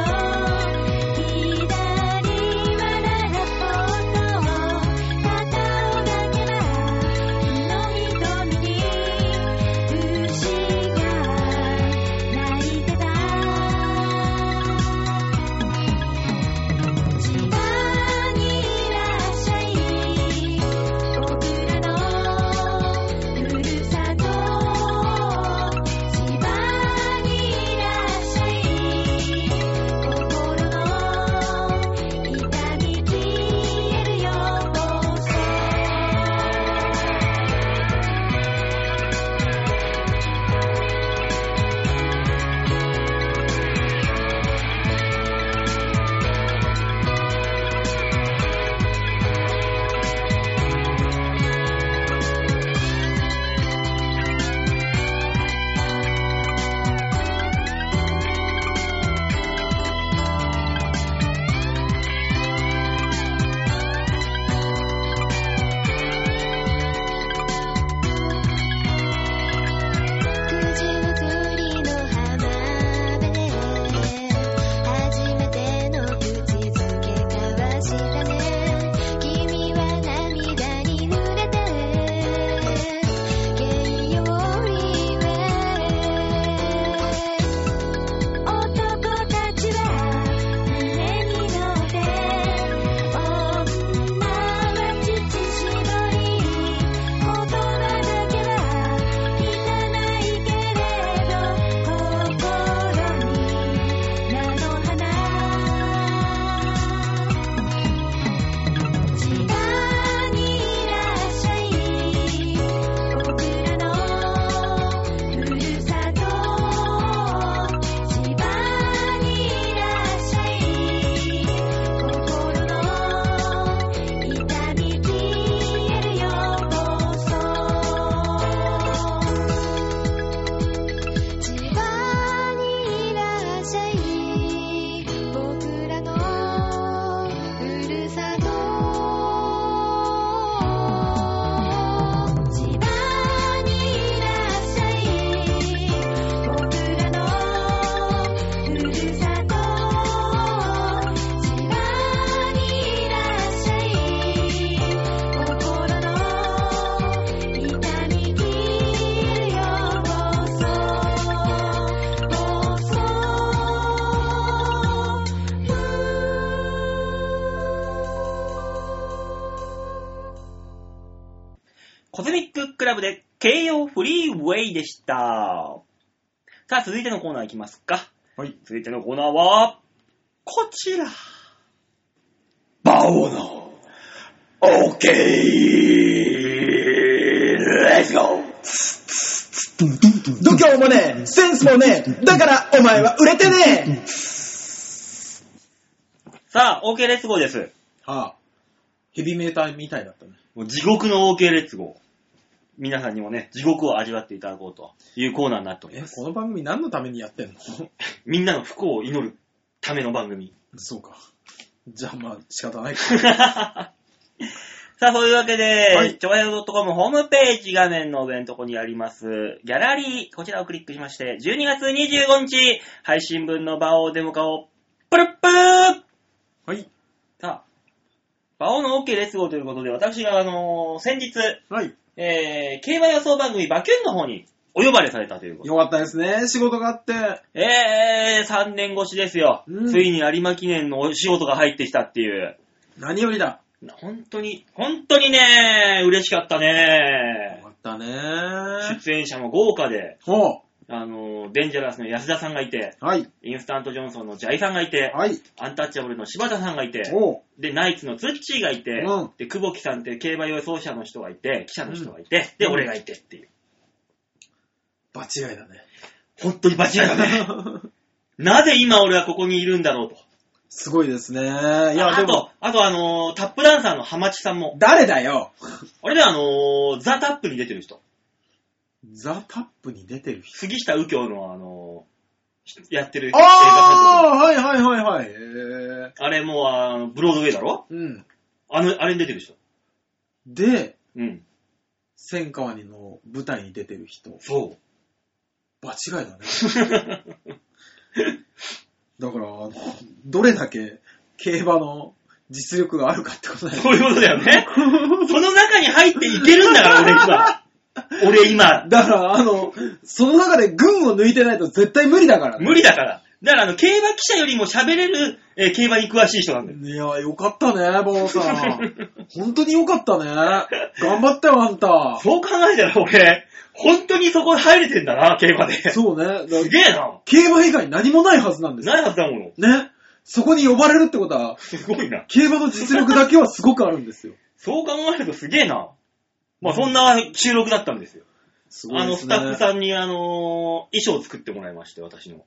B: クラブで、慶応フリーウェイでした。さあ、続いてのコーナーいきますか。
C: はい。
B: 続いてのコーナーは、こちら。
C: バオの、オーケー、レッツゴー度胸もねえ、センスもねえ、だからお前は売れてね
B: さあ、OK レッツゴーです。
C: えはあ、ヘビメーターみたいだったね。
B: もう地獄の OK レッツゴー。皆さんにもね、地獄を味わっていただこうというコーナーになっており
C: え
B: ま、す。
C: この番組何のためにや ってんの
B: みんなの不幸を祈るための番組。
C: そうか。じゃあまあ仕方ないか。
B: さあ、そういうわけ
C: は
B: で
C: い、
B: ちょわよ .com ホームページ画面の上のとこにあります、ギャラリー、こちらをクリックしまして、12月25日、配信分の場をデモ化を、プルップー
C: はい。
B: さあ、場をの OK レッツゴーということで、私が、あのー先日、
C: はい。
B: えー、競馬予想番組、バキュンの方にお呼ばれされたということで
C: よかったですね。仕事があって。
B: えー、3年越しですよ。
C: うん
B: ついに有馬記念のお仕事が入ってきたっていう。
C: 何よりだ。
B: 本当に、本当にね、嬉しかった
C: よ
B: ね
C: か。っ たね。
B: 出演者も豪華で、
C: ほ
B: あの、デンジャラスの安田さんがいて、
C: う。はい。
B: インスタントジョンソンのジャイさんがいて、
C: はい。
B: アンタッチャブルの柴田さんがいて、
C: おう。
B: で、ナイツのツッチーがいて、
C: うん
B: で、久保木さんって競馬予想者の人がいて、記者の人がいて、で、
C: うん
B: 俺がいてっていう。
C: 場違いだ ね。
B: 本当にバチだ ね。なぜ今俺はここにいるんだろうと。
C: すごいですね。い
B: い
C: や、で
B: あ
C: も
B: と、、あとあのータップダンサーの浜地さんも、
C: 誰だよ
B: 俺ね、あのーザ・タップに出てる人。
C: ザ・タップに出てる人。
B: 杉下右京のあの、やってる映画監督
C: ああはいはいはいはい。えー、
B: あれもうあのブロードウェイだろ
C: うん。
B: あの、あれに出てる人。
C: で、
B: うん。
C: 千川にの舞台に出てる人。
B: そう。
C: 場違いだね。 だから、あのどれだけ競馬の実力があるかってことだよ
B: そういうことだよ ね。その中に入っていけるんだから、俺今。 俺今。
C: だから、あの、その中で群を抜いてないと絶対無理だからね、
B: 無理だから。だからあの、競馬記者よりも喋れる、えー競馬に詳しい人なんだよ。
C: いや、よかったね、バオさん。本当によかったね。頑張ったよ、あんた。
B: そう考えたら俺、本当にそこ入れてんだな、競馬で。す
C: そうね。だから
B: げえな。
C: 競馬以外何もないはずなんですよ。
B: ないはずだもの。
C: ね。そこに呼ばれるってことは、
B: すごいな。
C: 競馬の実力だけはすごくあるんですよ。
B: そう考えるとすげえな。まあ、そんな収録だったんですよ。
C: す
B: あの、スタッフさんに、あのー衣装を作ってもらいまして、私の。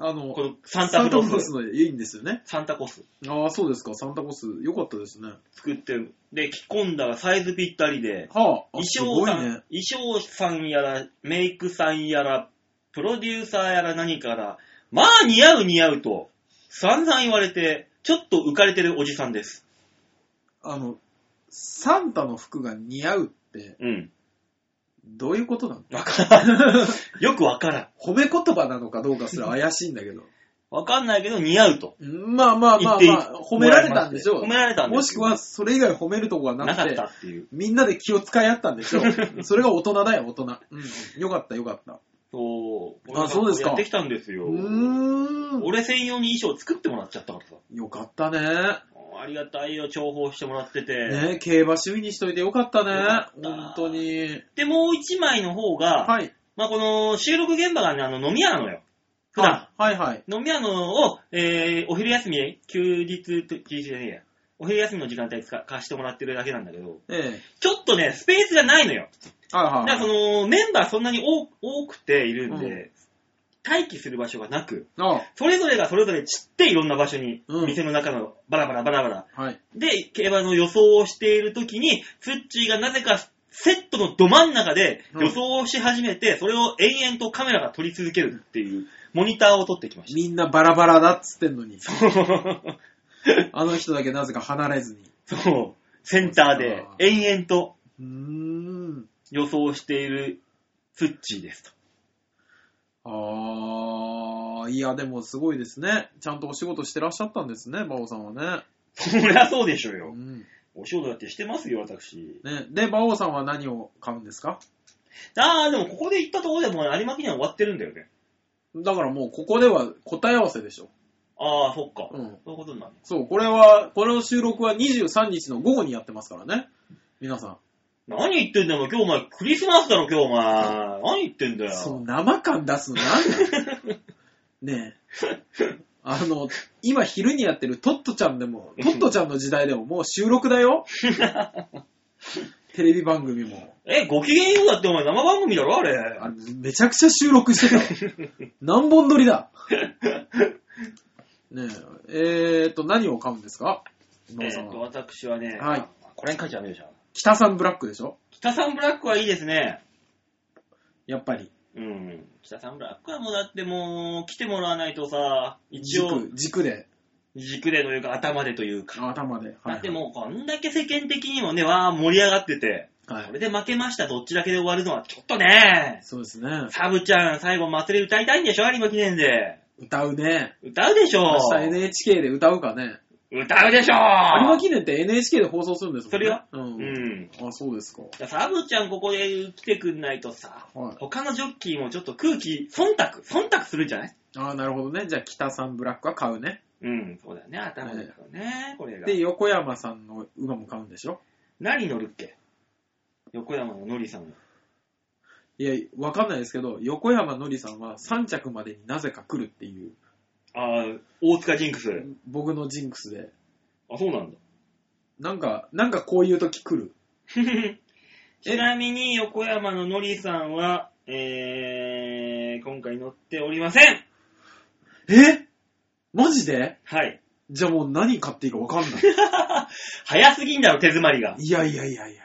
C: あの
B: こ、のサンタクロース。
C: のいいんですよね。
B: サンタコス。
C: ああ、そうですか。サンタコス、よかったですね。
B: 作って、で、着込んだらサイズぴったりで、
C: はあ、あ
B: 衣
C: す
B: 装
C: ごい
B: さん、
C: ね。
B: 衣装さんやら、メイクさんやら、プロデューサーやら何から、まあ似合う似合うと、散々言われて、ちょっと浮かれてるおじさんです。
C: あの、サンタの服が似合うって、
B: うん。
C: どういうことなの
B: わからん。 よくわからん。
C: 褒め言葉なのかどうかすら怪しいんだけど。
B: わかんないけど似合うと。
C: まあまあまあまあ、褒められたんでしょう。
B: 褒められたんで
C: もし
B: す
C: く
B: よ
C: は、それ以外褒めるとこがな
B: なか
C: く
B: ってた、っていう。
C: みんなで気を使い合ったんでし ょう。それが大人だよ、大人。うん、よかった、よかった。
B: そう。
C: あそうですか
B: やってきたんですよ
C: う。ーん。
B: 俺専用に衣装作ってもらっちゃったからさ。
C: よかったね。
B: ありがたいよ、重宝してもらってて。
C: ね競馬趣味にしといてよかった
B: よ
C: ね
B: か。った
C: 本当に。
B: で、もう一枚の方が、
C: はい。
B: まあ、この収録現場がね、あの、飲み屋なのよ。普段。
C: あはいはい。
B: 飲み屋のを、えー、お昼休み、休日と、休日じゃねえや。お昼休みの時間帯使貸してもらってるだけなんだけど、
C: ええ。
B: ちょっとね、スペースがないのよ。
C: はい
B: だか
C: はい
B: らその、メンバーそんなに多多くているんで、
C: うん
B: 待機する場所がなく、
C: あ
B: それぞれがそれぞれ散っていろんな場所に、
C: うん
B: 店の中のバラバラバラバラ。
C: はい。
B: で、競馬の予想をしているときに、ツッチーがなぜかセットのど真ん中で
C: うん
B: 予想をし始めて、それを延々とカメラが撮り続けるっていう、モニターを撮ってきまし
C: みんなバラバラだっつってんのに、
B: た。そう。
C: あの人だけなぜか離れずに。
B: そう。センターで延々と
C: うーん。
B: 予想しているツッチーですと。
C: あー、いや、でもすごいですね。ちゃんとお仕事してらっしゃったんですね、馬王さんはね。
B: そりゃそうでしょう
C: う
B: よ。
C: ん。
B: お仕事だってしてますよ、私。
C: ね、で、馬王さんは何を買うんですか
B: あー、でもここで行ったところでもう有馬記念終わってるんだよね。
C: だからもうここでは答え合わせでしょ。
B: あー、そっか。
C: うん。
B: そういうことになる。
C: そう、これは、これの収録は23日の午後にやってますからね。皆さ
B: 何言ってんだよ、お前今日お前、クリスマスだろ、今日お前。何言ってんだよ。
C: その生感出すのなんだよねえ。あの、今昼にやってるトットちゃんでも、トットちゃんの時代でももう収録だよ。テレビ番組も。
B: え、ご機嫌ようだってお前生番組だろ、あれ。
C: あれめちゃくちゃ収録 してたわ。何本撮りだ。ねえ。えー、っと、何を買うんですか
B: え
C: 野尾さん
B: ーと、
C: は。
B: 私はね、
C: はい
B: これに書いちゃダメでしょ。
C: 北さんブラックでしょ
B: 北さんブラックはいいですね。
C: やっぱり。
B: うん。北さんブラックはもうだってもう、来てもらわないとさ、一応、
C: 軸、軸で、
B: 軸でというか頭でというか。
C: 頭で。はい
B: だってもう、こんだけ世間的にもね、わー盛り上がってて、
C: はい
B: これで負けました、どっちだけで終わるのは、ちょっとね、
C: そうですね。
B: サブちゃん、最後祭り歌いたいんでしょ有馬記念で。
C: 歌うね。
B: 歌うでしょ
C: 明日 NHK で歌うかね。
B: 歌うでしょ
C: 有馬記念って NHK で放送するんです
B: そ
C: もんね。
B: れは
C: う。
B: うんん。
C: あ、そうですか。
B: だからサブちゃんここで来てくんないとさ、
C: はい。
B: 他のジョッキーもちょっと空気、忖度、忖度するんじゃない
C: ああ、なるほどね。じゃあ、北さんブラックは買うね。
B: うん、そうだよね、頭だからね、これが。
C: で、横山さんの馬も買うんでしょ
B: 何乗るっけ横山ののりさんは。
C: いや、わかんないですけど、横山のりさんは3着までになぜか来るっていう、
B: ああ、大塚ジンクス。
C: 僕のジンクスで、
B: あ、そう なんだ。
C: なんか、なんかこういう時来る。
B: ちなみに横山ののりさんは、えー、今回乗っておりません
C: えマジで
B: はい。
C: じゃあもう何買っていいかわかんない。
B: 早すぎんだろ、手詰まりが。
C: いやいやいやいやいや。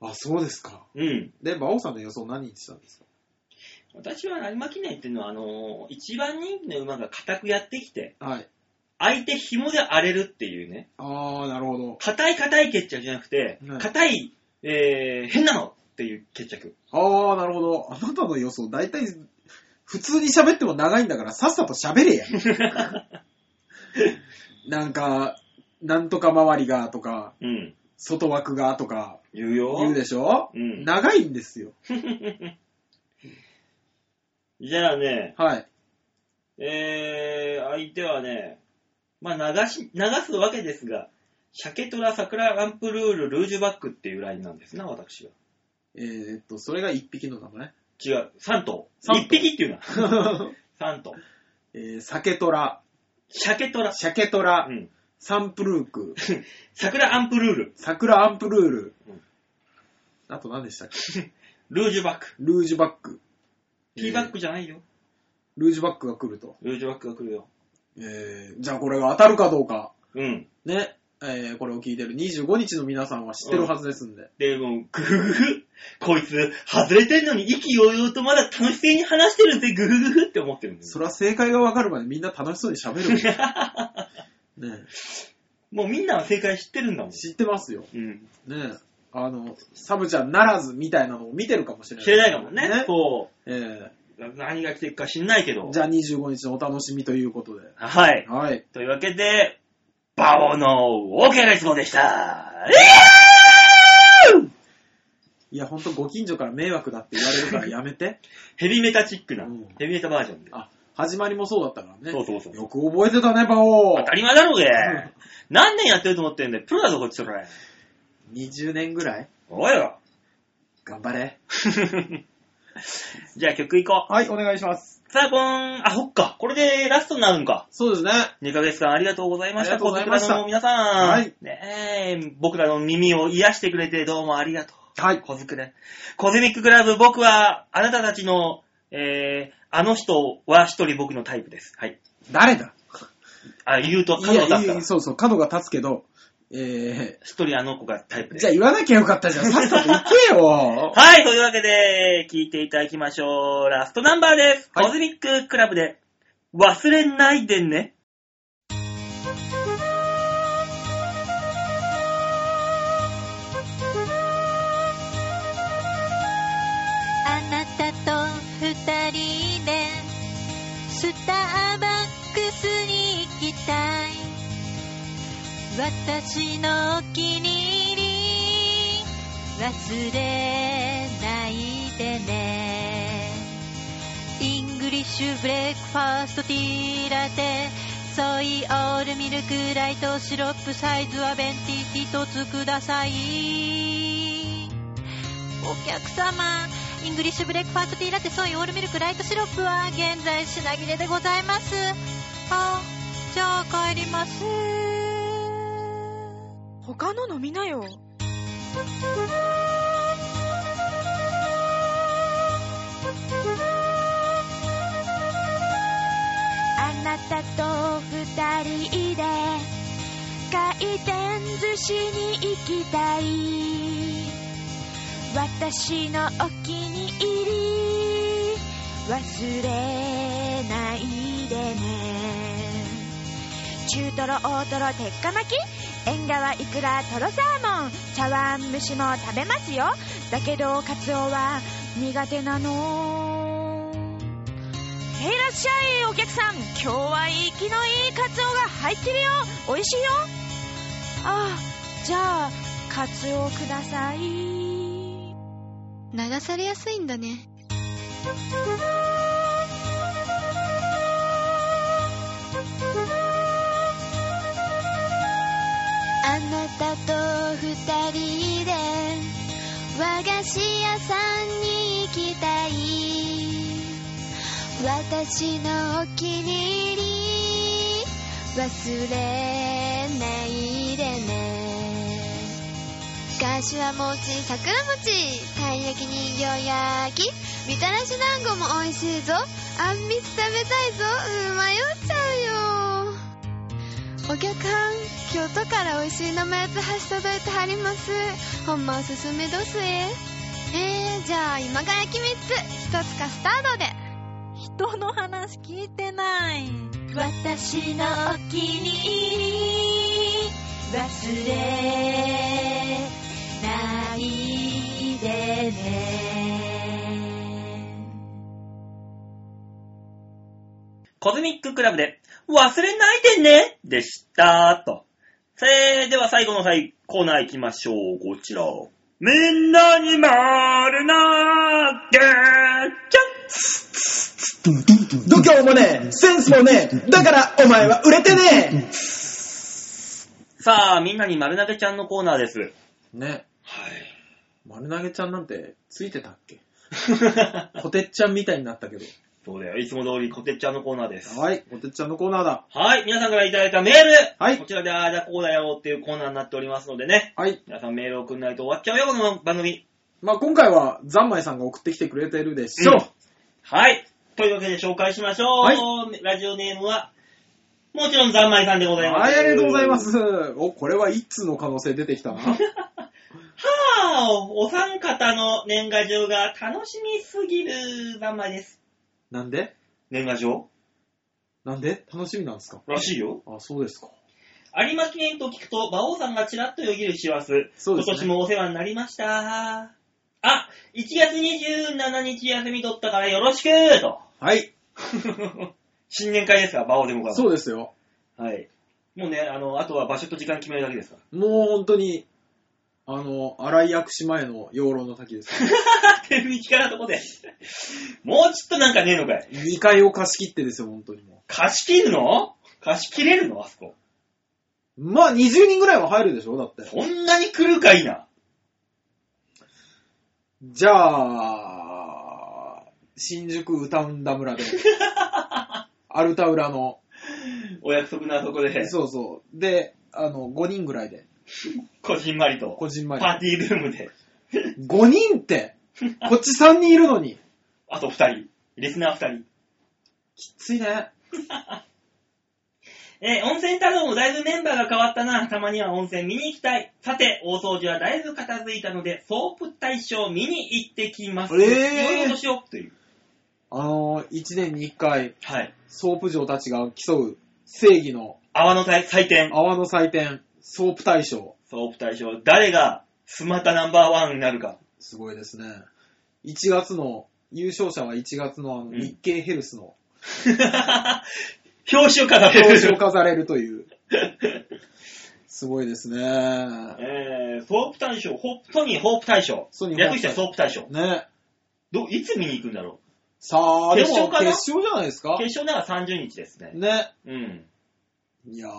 C: あ、そうですか。
B: うん。
C: で、馬王さんの予想何にしたんですか
B: 私は有馬記念っていうのは、あのー一番人気の馬が固くやってきて、
C: はい。
B: 相手紐で荒れるっていうね、
C: あー、なるほど。
B: 硬い硬い決着じゃなくて
C: はい、
B: 硬い、えー、変なのっていう決着。
C: あー、なるほど。あなたの予想、大体、普通に喋っても長いんだから、さっさと喋 れや。なんか、なんとか周りがとか、
B: うん。
C: 外枠がとか
B: 言うよ。
C: 言うでしょ、
B: うん
C: 長いんですよ。
B: じゃあね、
C: はい。
B: えー、相手はね、まあ流し、流すわけですが、シャケトラ、桜、ランプルール、ルージュバックっていうラインなんですな、私は。
C: えー、っと、それが一匹の 名前。
B: 違う、3頭。
C: 三頭
B: 1匹っていうな。3頭。
C: えー、酒虎、
B: シャケトラ。
C: 鮭虎、
B: うん。
C: サンプルーク、
B: 桜、アンプルール、
C: 桜アンプルール、
B: うん
C: あと何でしたっけ
B: ルージュバック。
C: ルージュバック。
B: ティーバックじゃないよ。
C: ルージュバックが来ると。
B: ルージュバックが来るよ。
C: えー、じゃあこれが当たるかどうか。
B: うん。
C: ね、えー、これを聞いてる25日の皆さんは知ってるはずですんで。
B: で、もう、グフグフ。こいつ、外れてんのに意気揚々とまだ楽しそうに話してるぜ、グフグフって思ってるんです
C: そ。りゃ正解がわかるまでみんな楽しそうに喋るもんね
B: もうみんなは正解知ってるんだもん。
C: 知ってますよ。
B: うん。
C: ねあの、サブちゃんならずみたいなのを見てるかもしれない。
B: 知れないかもね。
C: ね
B: そ
C: え
B: う。な何が来てるか知んないけど
C: ー、。じゃあ25日のお楽しみということで。
B: はい。
C: はい。
B: というわけで、バオの OK な質問でした。えー
C: いや、ほんとご近所から迷惑だって言われるからやめ て。
B: ヘビメタチックな、
C: うん
B: ヘビメタバージョンで。
C: あ、始まりもそうだったからね。
B: そうそうそう
C: よく覚えてたね、バオ
B: 当たり前だろうげ。何年やってると思ってんだよ。プロだぞ、こっちそれ。
C: 20年ぐらい
B: おいよ。
C: 頑張れ。
B: じゃあ曲いこ
C: はい、お願いします。
B: う。さあ、こん、あ、そっか。これでラストになるんか。
C: そうですね。
B: 2ヶ月間ありがとうございました。
C: ありがとうございました
B: 僕らの皆さん。
C: はい
B: ねえ、僕らの耳を癒してくれてどうもありがとう。
C: はい。
B: コズクね。コズミッククラブ、僕は、あなたたちの、えー、あの人は一人僕のタイプです。はい。
C: 誰だ
B: あ、言うと、
C: い
B: 角
C: や、
B: を
C: い
B: 立
C: や
B: つか
C: そうそう、角が立つけど、え
B: ら。一人あの子がタイプ
C: ー、
B: です。。
C: じゃあ言わなきゃよかったじゃん。さっさと行けよ
B: はい、というわけで、聞いていただきましょう。ラストナンバーです。
C: はい
B: コズミッククラブで、忘れないでね。
D: あなたと二人でスターバックスに行きたい私のお気に入り忘れないでねイングリッシュブレックファーストティーラテソイオールミルクライトシロップサイズはベンティ一つください
E: お客様イングリッシュブレックファーストティーラテソイオールミルクライトシロップは現在品切れでございますあじゃあ帰ります
F: 他の飲みなよ。
D: あなたと二人で回転寿司に行きたい私のお気に入り忘れないでね中トロ大トロ鉄火巻き縁側いくらトロサーモン茶碗蒸しも食べますよだけどカツオは苦手なの
F: いらっしゃいお客さん今日は息のいいカツオが入ってるよ美味しいよ
D: ああじゃあカツオください
E: 流されやすいんだね
D: あなたと二人で和菓子屋さんに行きたい私のお気に入り忘れないでね柏餅桜餅たい焼き人形焼きみたらし団子も美味しいぞあんみつ食べたいぞうん迷っちゃうよお客さん京都から美味しい生八つ橋届いてはりますほんまおすすめどすええー、じゃあ今が焼き3つ1つカスタードで
E: 人の話聞いてない
D: 私のお気に入り忘れないでね
B: コズミッククラブで、忘れないでねでしたと。せーでは最後の最コーナー行きましょう。こちら。みんなに丸投げ
C: 度胸もねえ、センスもねえ、だからお前は売れてね
B: さあ、みんなに丸投げちゃんのコーナーです。
C: えね、
B: はい。
C: 丸投げちゃんなんてついてたっけこてっちゃんみたいになったけど。
B: そうだよ。いつも通りこてっちゃんのコーナーです。
C: はい、こてっちゃんのコーナーだ。
B: はい。皆さんからいただいたメール。
C: はい
B: こちらであーだこうだよっていうコーナーになっておりますのでね。
C: はい。
B: 皆さんメールを送んないと終わっちゃうよ、この番組。
C: まあ、今回は、ざんまいさんが送ってきてくれてるでしょう。
B: うんはい。というわけで紹介しましょう。
C: はい
B: ラジオネームは、もちろんざんまいさんでございます。
C: はい、ありがとうございま。す。お、これは一通の可能性出てきた な。
B: はあ、お三方の年賀状が楽しみすぎるざんまいです。
C: なんで
B: 年賀状
C: なんで楽しみなんですから
B: しいよ。
C: あ、そうですか。
B: 有馬記念と聞くと、馬王さんがちらっとよぎる師走。
C: そうで
B: 今
C: すね
B: 年もお世話になりました。あ、1月27日休み取ったからよろしくと。
C: はい、
B: 新年会ですか、馬王でもか。
C: そうですよ。
B: はい。もうね、あの、あとは場所と時間決めるだけですから。
C: もう本当に、あの、荒井薬師前の養老の滝です。
B: 手抜きからとこで。もうちょっとなんかねえのかい。
C: 2階を貸し切ってですよ、本当にも
B: 貸し切るの貸し切れるのあそこ。
C: う。まあ、20人ぐらいは入るでしょ、だって。
B: そんなに来るかいな。
C: じゃあ、新宿歌うん だ村で、アルタ裏の、
B: お約束のあそこで、
C: そうそう。で、あの、5人ぐらいで、
B: こじんまりと、
C: こじんまり。
B: パーティールームで、
C: 5人 って、こっち3人いるのに。
B: あと二人、リスナー二人。
C: きついね。
B: えー温泉太郎もだいぶメンバーが変わったな。たまには温泉見に行きたい。さて、大掃除はだいぶ片付いたので、ソープ大賞見に行ってきます。
C: えー
B: 良いことしようっていう。
C: あのー、1年に1回、
B: はい。
C: ソープ嬢たちが競う正義の
B: 泡の祭祭典。
C: 泡の祭典、ソープ大賞。
B: ソープ大賞、誰がスマタナンバーワンになるか。
C: すごいですね。1月の、優勝者は1月のあ
B: ん
C: の日経ヘルスの
B: 表紙を飾れる。
C: 表紙を飾れるという。すごいですね。
B: えー、ソープ大賞、ホソニーホープ大賞。
C: ソニーホ
B: 略
C: ープ大
B: し
C: 賞
B: てソープ大賞。
C: ね。
B: ど、いつ見に行くんだろ
C: さあ、でも
B: 決
C: 決
B: 勝か
C: 勝
B: な
C: じゃないです
B: う
C: か
B: 決勝なら30日ですね。
C: ね。
B: うん。
C: いやー、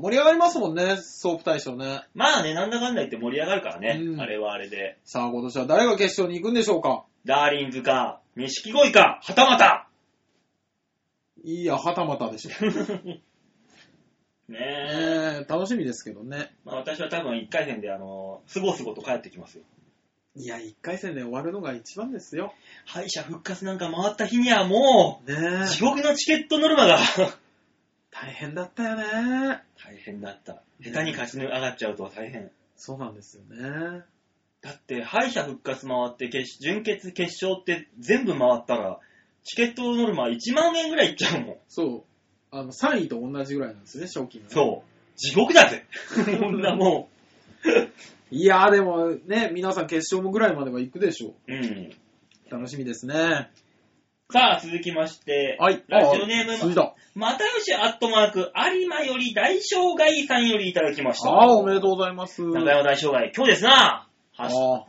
C: 盛り上がりますもんね、ソープ大賞ね。
B: まあね、なんだかんだ言って盛り上がるからね。
C: うん
B: あれはあれで。
C: さあ、今年は誰が決勝に行くんでしょうか
B: ダーリンズか、錦鯉か、はたまた。
C: いや、はたまたでしょ。ね
B: ねえ。
C: え、楽しみですけどね。
B: まあ私は多分1回戦で、あの、すごすごと帰ってきますよ。
C: いや、一回戦で終わるのが一番ですよ。
B: 敗者復活なんか回った日にはも
C: ね
B: う、
C: え、
B: 地獄のチケットノルマ が
C: 大変だったよね。
B: 大変だった。下手に勝ち上がっちゃうと大変。
C: そうなんですよね。
B: だって、敗者復活回って決、準決決勝って全部回ったら、チケットノルマ1万円ぐらいいっちゃうもん。
C: そう。あの、3位と同じぐらいなんですね、賞金が、ね。
B: そう。地獄だぜ。こんな も
C: いやー、でもね、皆さん決勝ぐらいまでは行くでしょ
B: う。うん。
C: う。楽しみですね。
B: さあ、続きまして、
C: はい。
B: ラジオネー
C: あ続い
B: ム、
C: た。
B: またよしアットマーク、有馬より大障害さんよりいただきました。
C: ああ、おめでとうございます。
B: 中山大障害、今日ですな。
C: あ
B: 走
C: あ、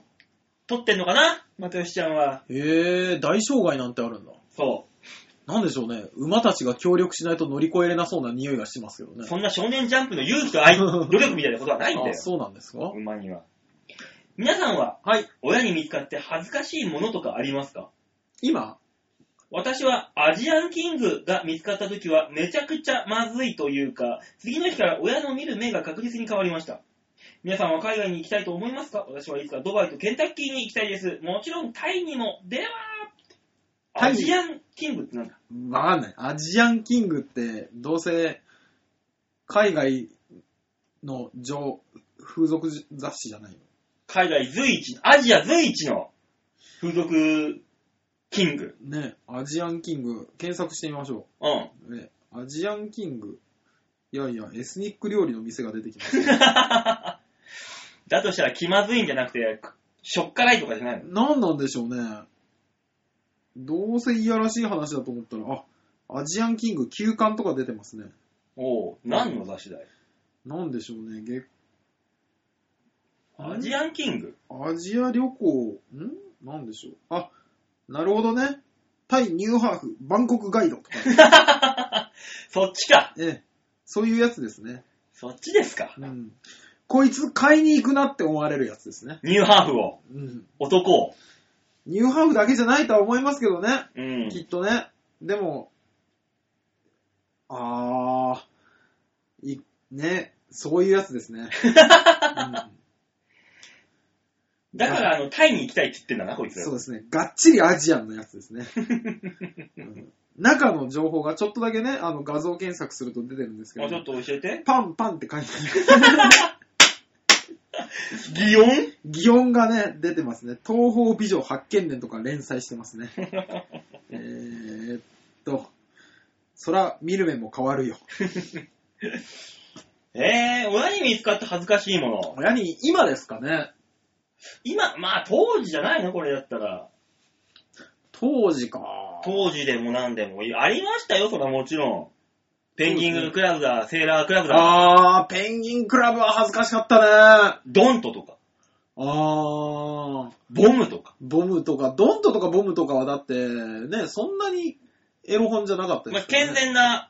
B: 取ってんのかなまたよしちゃんは。
C: へえ、大障害なんてあるんだ。
B: そ
C: なんでしょうね。馬たちが協力しないと乗り越えれなそうな匂いがしますけど
B: う。
C: ね。
B: そんな少年ジャンプの勇気と愛、努力みたいなことはないんだ
C: あ
B: よ。
C: そうなんですか
B: 馬には。皆さんは、
C: はい。
B: 親に見つかって恥ずかしいものとかありますか
C: 今
B: 私はアジアンキングが見つかった時はめちゃくちゃまずいというか、次の日から親の見る目が確実に変わりました。皆さんは海外に行きたいと思いますか私はいつかドバイとケンタッキーに行きたいです。もちろんタイにも。では、
C: タイ
B: アジアンキングってなんだ
C: わかんない。アジアンキングって、どうせ、海外の上、風俗雑誌じゃないの。
B: 海外随一、アジア随一の風俗キング。
C: ねアジアンキング、検索してみましょ
B: うん。
C: う。ねアジアンキング。いやいや、エスニック料理の店が出てきます。
B: だとしたら気まずいんじゃなくて、しょっからいとかじゃないの
C: 何なんでしょうね。どうせいやらしい話だと思ったら、あ、アジアンキング休館とか出てますね。
B: おう、何の雑誌だよ。
C: なんでしょうね、げ
B: アジアンキング
C: アジア旅行、んなんでしょう。あ、なるほどね。タイ、ニューハーフ、バンコクガイドと か、
B: そっちか
C: ええ、そういうやつですね。
B: そっちですか
C: うん。こいつ買いに行くなって思われるやつですね。
B: ニューハーフを、
C: うん。
B: 男を。
C: ニューハーフだけじゃないとは思いますけどね。
B: うん。
C: きっとね。でも、あー、い、ね、そういうやつです ね。うん
B: だから、あの、タイに行きたいって言ってんだな、こいつ。
C: そうですね。がっちりアジアンのやつですね。うん中の情報がちょっとだけね、あの画像検索すると出てるんですけ
B: もうちょっ、
C: ど
B: と教えて。
C: パンパンって書いて
B: 擬音
C: ある。擬音がね、出てますね。東方美女発見伝とか連載し てますね。えーっと、そら見る目も変わるよ。
B: えー、親に見つかって恥ずかしいもの。
C: 親に今ですかね。
B: 今、まあ、当時じゃないのこれだったら。
C: 当時か。
B: 当時でも何でもいい。ありましたよ、そらもちろん。ペンギングクラブだ、セーラークラブだ、
C: あー、ペンギンクラブは恥ずかしかったね。
B: ドントとか、
C: あー、
B: ボムとか。
C: ボムとか、ドントとかボムとかはだって、ね、そんなにエロ本じゃなかった
B: ま
C: で
B: あ、
C: すよ
B: 健
C: ね。
B: 全な、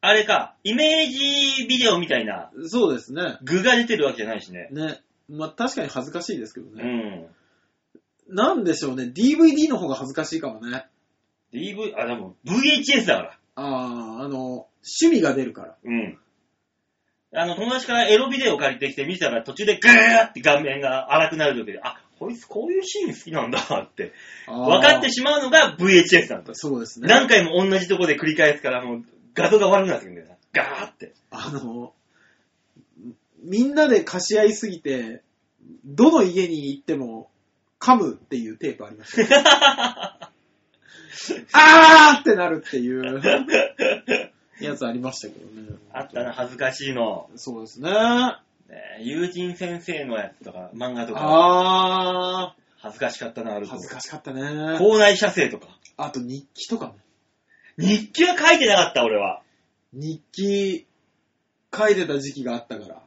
B: あれか、イメージビデオみたいな、
C: そうですね。
B: 具が出てるわけじゃないしね。
C: ね。まあ確かに恥ずかしいですけど
B: う
C: ね。
B: ん。
C: なんでしょうね。DVD の方が恥ずかしいかもね。
B: DV、あ、でも VHS だから。
C: あー、あの、趣味が出るから。
B: うん。あの、友達からエロビデオ借りてきて見てたら途中でガーって画面が荒くなる時で、あ、こいつこういうシーン好きなんだって、分かって
C: し
B: しまうのが VHS なんだ。
C: そうですね。
B: 何回も同じとこで繰り返すから、もう画像が悪くなってくるんだよな。ガー って。
C: あの、みんなで貸し合いすぎて、どの家に行っても噛むっていうテープありました。 あーってなるっていう やつありましたけどね。
B: あったな、恥ずかしいの。
C: そうですね。あ
B: ね友人先生のやつとか、漫画とか、
C: ー、
B: 恥ずかしかったな、あると。
C: 恥ずかしかったね。
B: 校内写生とか。
C: あと日記とかね。
B: 日記は書いてなかった、俺は。
C: 日記書いてた時期があったから。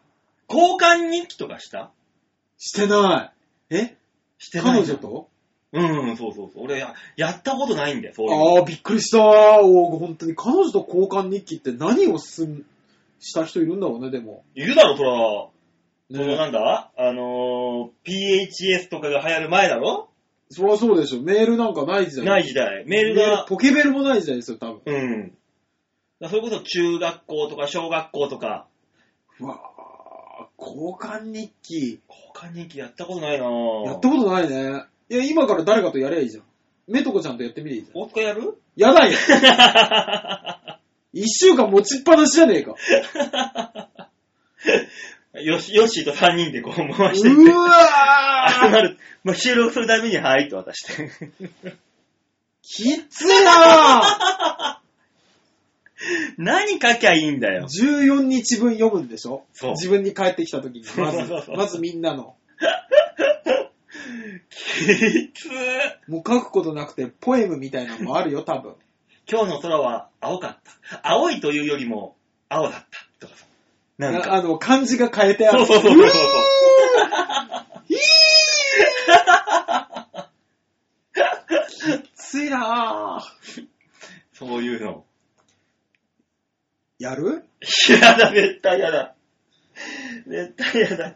B: 交換日記とかした
C: してない。え
B: してない
C: 彼
B: な
C: 女と
B: うん、そうそうそう。俺や、やったことないんだよ、そういうの。
C: ああ、びっくりした。おー本当に彼女と交換日記って何をすん、した人いるんだろうね、でも。
B: いるだろ、そら。その
C: ね、
B: なんだあのー、PHS とかが流行る前だろ
C: そりゃそうでしょ。メールなんかない時代。
B: ない時代。メール
C: メール
B: が、
C: ポケベルもない時代ですよ、多分。
B: うん。だからそれこそ中学校とか小学校とか、
C: うわぁ、交換日記。
B: 交換日記やったことないなぁ。
C: やったことないね。いや、今から誰かとやりゃいいじゃん。メトコちゃんとやってみりゃいいじゃん。
B: 大塚やる
C: やだよ一週間持ちっぱなしじゃねえか。
B: よし、よしと3人でこう回 してって。
C: うわ
B: 集 ま
C: ぁ
B: る。まあ、収録するために、はいと渡して。
C: きついなぁ
B: 何書きゃいいんだよ。
C: !14 日分読むんでしょ
B: そう
C: 自分に帰ってきた時に、ま
B: そうそうそ
C: ず、
B: う
C: まずみんなの。
B: きつ
C: もう書くことなくて、ポエムみたいなのもあ るよ、多分。
B: 今日の空は青かった。青いというよりも、青だった。とかさ。なん
C: あ
B: か。
C: あの、漢字が変えてあ
B: そう
C: る。
B: そうそうそうそう。
C: きついなぁ
B: そういうの。
C: やる
B: 嫌だ、絶対嫌だ。絶対嫌だ。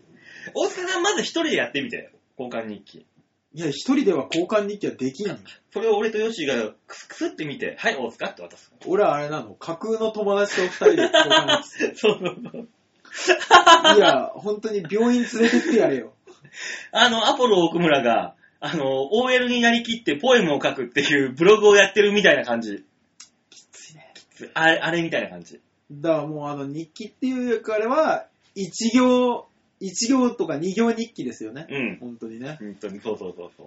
B: 大塚さん、まず一人でやってみて。交換日記。
C: いや、一人では交換日記はできんよ。
B: それを俺とヨッシーがくすくすって見て、はい、大塚って渡す。
C: 俺はあれなの、架空の友達と二人で交換日
B: そうそうそう。
C: 記。いや、本当に病院連れてってやれよ。
B: あの、アポロ奥村が、あの、OL になりきってポエムを書くっていうブログをやってるみたいな感じ。きついね。あれ、あれみたいな感じ。
C: だからもうあの、日記っていうよりかあれは、一行、一行とか二行日記ですよね。
B: うん。
C: 本当にね。
B: 本当に、そうそうそうそう。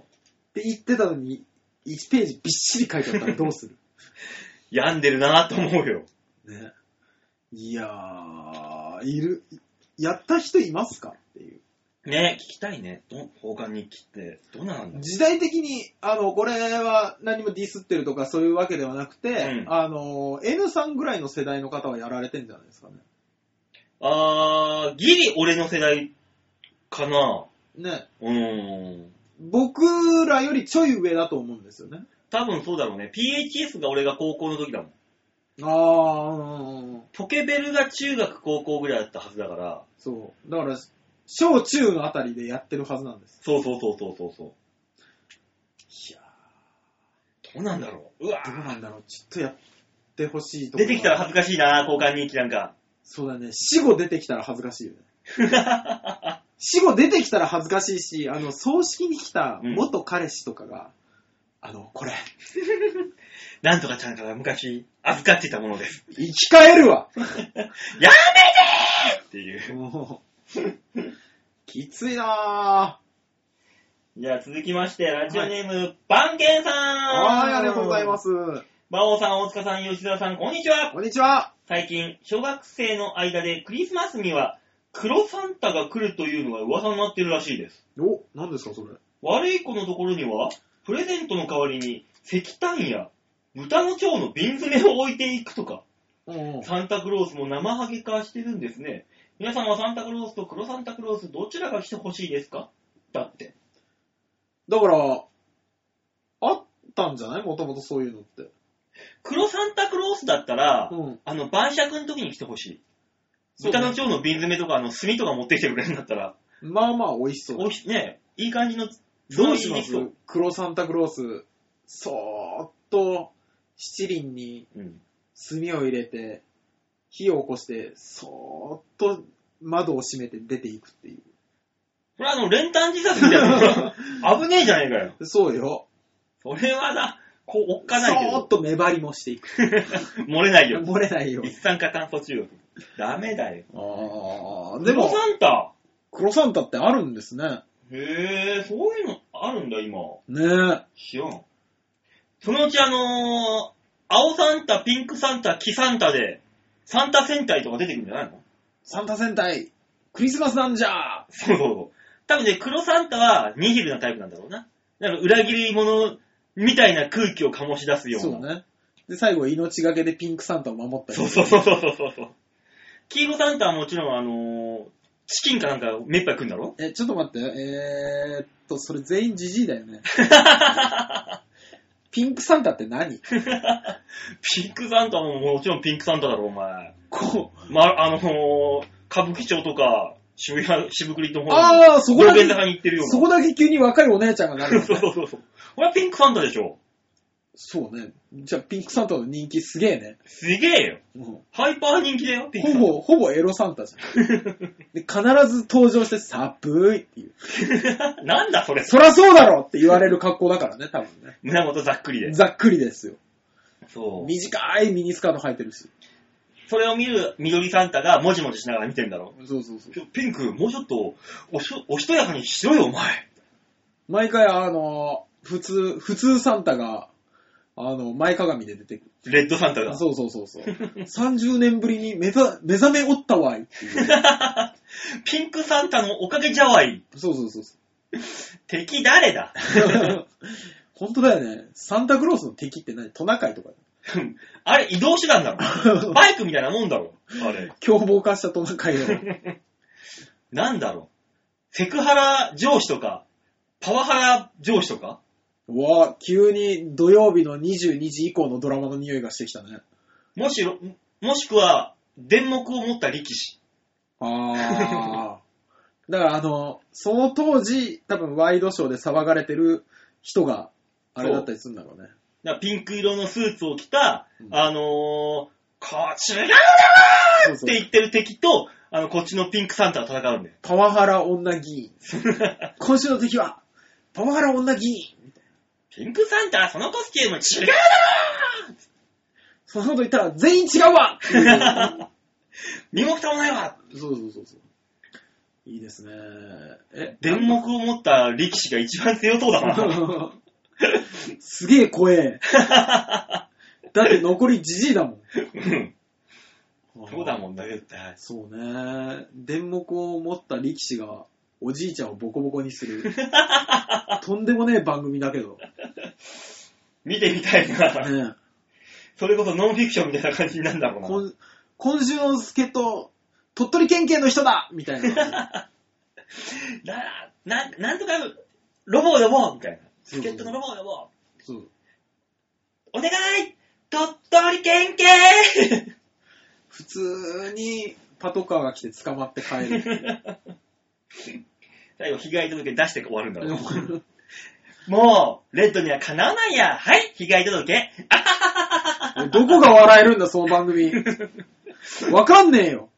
C: って言ってたのに、1ページびっしり書いてあったらどうする
B: 病んでるなぁと思うよ。
C: ね。いやー、いる、やった人いますかっていう。
B: ね聞きたいね。ど、交換日記って、どんななんだ
C: 時代的に、あの、これは何もディスってるとかそういうわけではなくて、
B: うん
C: あの、N さんぐらいの世代の方はやられてんじゃないですかね。
B: あー、ギリ俺の世代かな
C: ね。
B: うーん。
C: 僕らよりちょい上だと思うんですよね。
B: 多分そうだろうね。PHS が俺が高校の時だもん。
C: あー、うんうんうん、
B: ポケベルが中学高校ぐらいだったはずだから、
C: そう。だから、小中のあたりでやってるはずなんです。
B: そうそうそうそうそうそう。いやーどうなんだろう。うわ
C: どう
B: ー
C: なんだろう。ちょっとやってほしいとこ
B: 出
C: ろ
B: てきたら恥ずかしいな交換日記なんか。
C: そうだね。死後出てきたら恥ずかしいよね。死後出てきたら恥ずかしいし、あの、葬式に来た元彼氏とかが、あの、これ、
B: なんとかちゃんから昔預かっていたものです。
C: 生き返るわ
B: やめてーっていう。
C: もうきついなぁ。
B: じゃあ続きまして、ラジオネーム、バンケンさん。
C: はい、ありがとうございますす。
B: 馬王さん、大塚さん、吉沢さん、こんにちは
C: こんにちは。
B: 最近、小学生の間でクリスマスには黒サンタが来るというのが噂になってるらしいです。
C: お、何ですか、それ。
B: 悪い子のところには、プレゼントの代わりに石炭や豚の腸の瓶詰めを置いていくとか、
C: うんうん。
B: サンタクロースも生ハゲ化してるんですね。皆さんはサンタクロースと黒サンタクロースどちらが来てほしいですかだって。
C: だから、あったんじゃないもともとそういうのって。
B: 黒サンタクロースだったら、
C: うん。
B: あの、晩酌の時に来てほしい。
C: そうね
B: 豚の腸の瓶詰めとか、あの、炭とか持ってきてくれるんだったら、
C: まあまあ、美味しそう。
B: おいしね、いい感じの、
C: どうします
B: そう
C: 黒サンタクロース、そーっと七輪に
B: うん。
C: 炭を入れて、火を起こして、そーっと窓を閉めて出ていくってい
B: これあの、練炭自殺みたい な。危ねえじゃねえかよ。
C: う。そうよ。
B: それはな、こう、おっ
C: そ
B: かないけ
C: ーっと目張りもしていく。
B: ど。漏れない よ。
C: 漏れないよ
B: 一。酸化炭素中毒。ダメだよ。
C: あー、
B: で
C: で
B: も、
C: も、
B: サンタ。
C: 黒サンタってあるんですね。
B: へえ、そういうのあるんだ、今。
C: ねえ。
B: 知らん。そのうちあのー、青サンタ、ピンクサンタ、黄サンタで、サンタ戦隊とか出てくるんじゃないの
C: サンタ戦隊、クリスマスなんじゃ
B: そうそうそう。多分ね、黒サンタはニヒルなタイプなんだろうな。なんか裏切り者みたいな空気を醸し出すような。
C: そうね。で、最後、命がけでピンクサンタを守ったり
B: そう。そうそうそうそうそう。黄色サンタはもちろん、あのーチキンかなんか目いっぱい食うんだろ
C: え、ちょっと待って、えーっと、それ全員ジジイだよね。ピンクサンタって何
B: ピンクサンタももちろんピンクサンタだろ、お前。
C: こう、
B: まあ、あのー歌舞伎町とか、渋谷、渋谷の方
C: ああ、そこだ
B: 道
C: け
B: 玄、坂に行ってるような。
C: そこだけ急に若いお姉ちゃんがなる、
B: そうそうそうそう。これはピンクサンタでしょ。
C: そうね。じゃあ、ピンクサンタの人気すげえね。
B: すげえよ。
C: も
B: ハイパー人気だよ、
C: う
B: ピンク
C: ほ
B: サンタ。
C: ぼ、ほぼエロサンタじゃん。で、必ず登場して、寒いっていう。
B: なんだそれ。
C: そらそうだろって言われる格好だからね、多分ね。
B: 胸元ざっくりで。
C: ざっくりですよ。
B: そう。
C: 短いミニスカート履いてるし。
B: それを見る緑サンタがもじもじしながら見てんだろ。
C: そうそうそう
B: ち。ょピンク、もうちょっと、おし、おしとやかにしろよ、お前。
C: 毎回、あの、普通、普通サンタが、あの、前鏡で出てくる。
B: レッドサンタが。
C: そうそうそうそう。30年ぶりに目覚目覚めおったわいっていう。
B: ピンクサンタのおかげじゃわい。
C: そうそうそうそ
B: 敵誰だ
C: う。本当だよね。サンタクロースの敵って何トナカイとか。
B: あれ、移動手段だろ。バイクみたいなもんだろ。あれ。
C: 凶暴化したトナカイ を。
B: なんだろう。セクハラ上司とか、パワハラ上司とか
C: うわあ急に土曜日の22時以降のドラマの匂いがしてきたね。
B: もしろ、もしくは、電目を持った力士。
C: ああ。 だからあの、その当時、多分ワイドショーで騒がれてる人が、あれだったりするんだろうね。
B: だからピンク色のスーツを着た、
C: うん
B: あのー、こっちがっ
C: そう
B: て
C: そう
B: 言ってる敵と、あの、こっちのピンクサンタが戦うん だよ。
C: パワハラ女議員。今週の敵は、パワハラ女議員。
B: ピンクサンタはそのコスチューム違う
C: そんなこと言ったら全員違うわって いう
B: 身も蓋もないわ
C: そうそうそうそう。いいですね。え
B: 電目を持った力士が一番強そうだ な。
C: すげえ怖え。だって残りじじいだも
B: うん
C: ん。
B: そうだもんだけど。
C: そうね。電目を持った力士が、おじいちゃんをボコボコにする。とんでもねえ番組だけど。
B: 見てみたいな。
C: ねえ
B: それこそノンフィクションみたいな感じになるんだろうな。
C: 今今週の助っ人、鳥取県警の人だみたいな。
B: な、な、なんとか、ロボを呼ぼうみたいな。
C: そうそうそう
B: 助っ人のロボを呼ぼう。
C: そう
B: お願い鳥取県警
C: 普通にパトカーが来て捕まって帰 る。
B: 最後、被害届出して終わるんだろう。もう、レッドにはかなわないや。はい、被害届。あ
C: どこが笑えるんだ、その番組。わかんねえよ。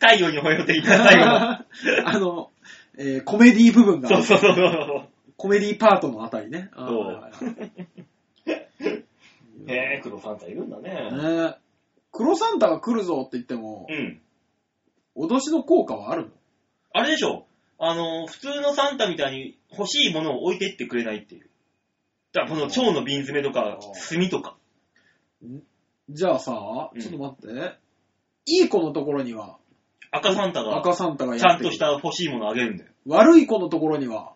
B: 太陽にほえろ的な最後の。
C: あの、えーコメディ部分 が、
B: そうそうそうそう。
C: コメディパートのあたりね。あー
B: そう
C: はいはいはい
B: へえ、黒サンタいるんだね。
C: ねえ黒サンタが来るぞって言っても
B: う、ん。
C: 脅しの効果はあるの
B: あれでしょあの、普通のサンタみたいに欲しいものを置いてってくれないっていう。だから、この蝶の瓶詰めとか、炭とか。
C: じゃあさ
B: う、ん
C: ちょっと待って。いい子のところには
B: 赤サンタが、
C: 赤サンタが
B: ちゃ
C: やっ
B: ん
C: てく
B: と
C: る
B: し。た欲しいものあげるんだよ。
C: 悪い子のところには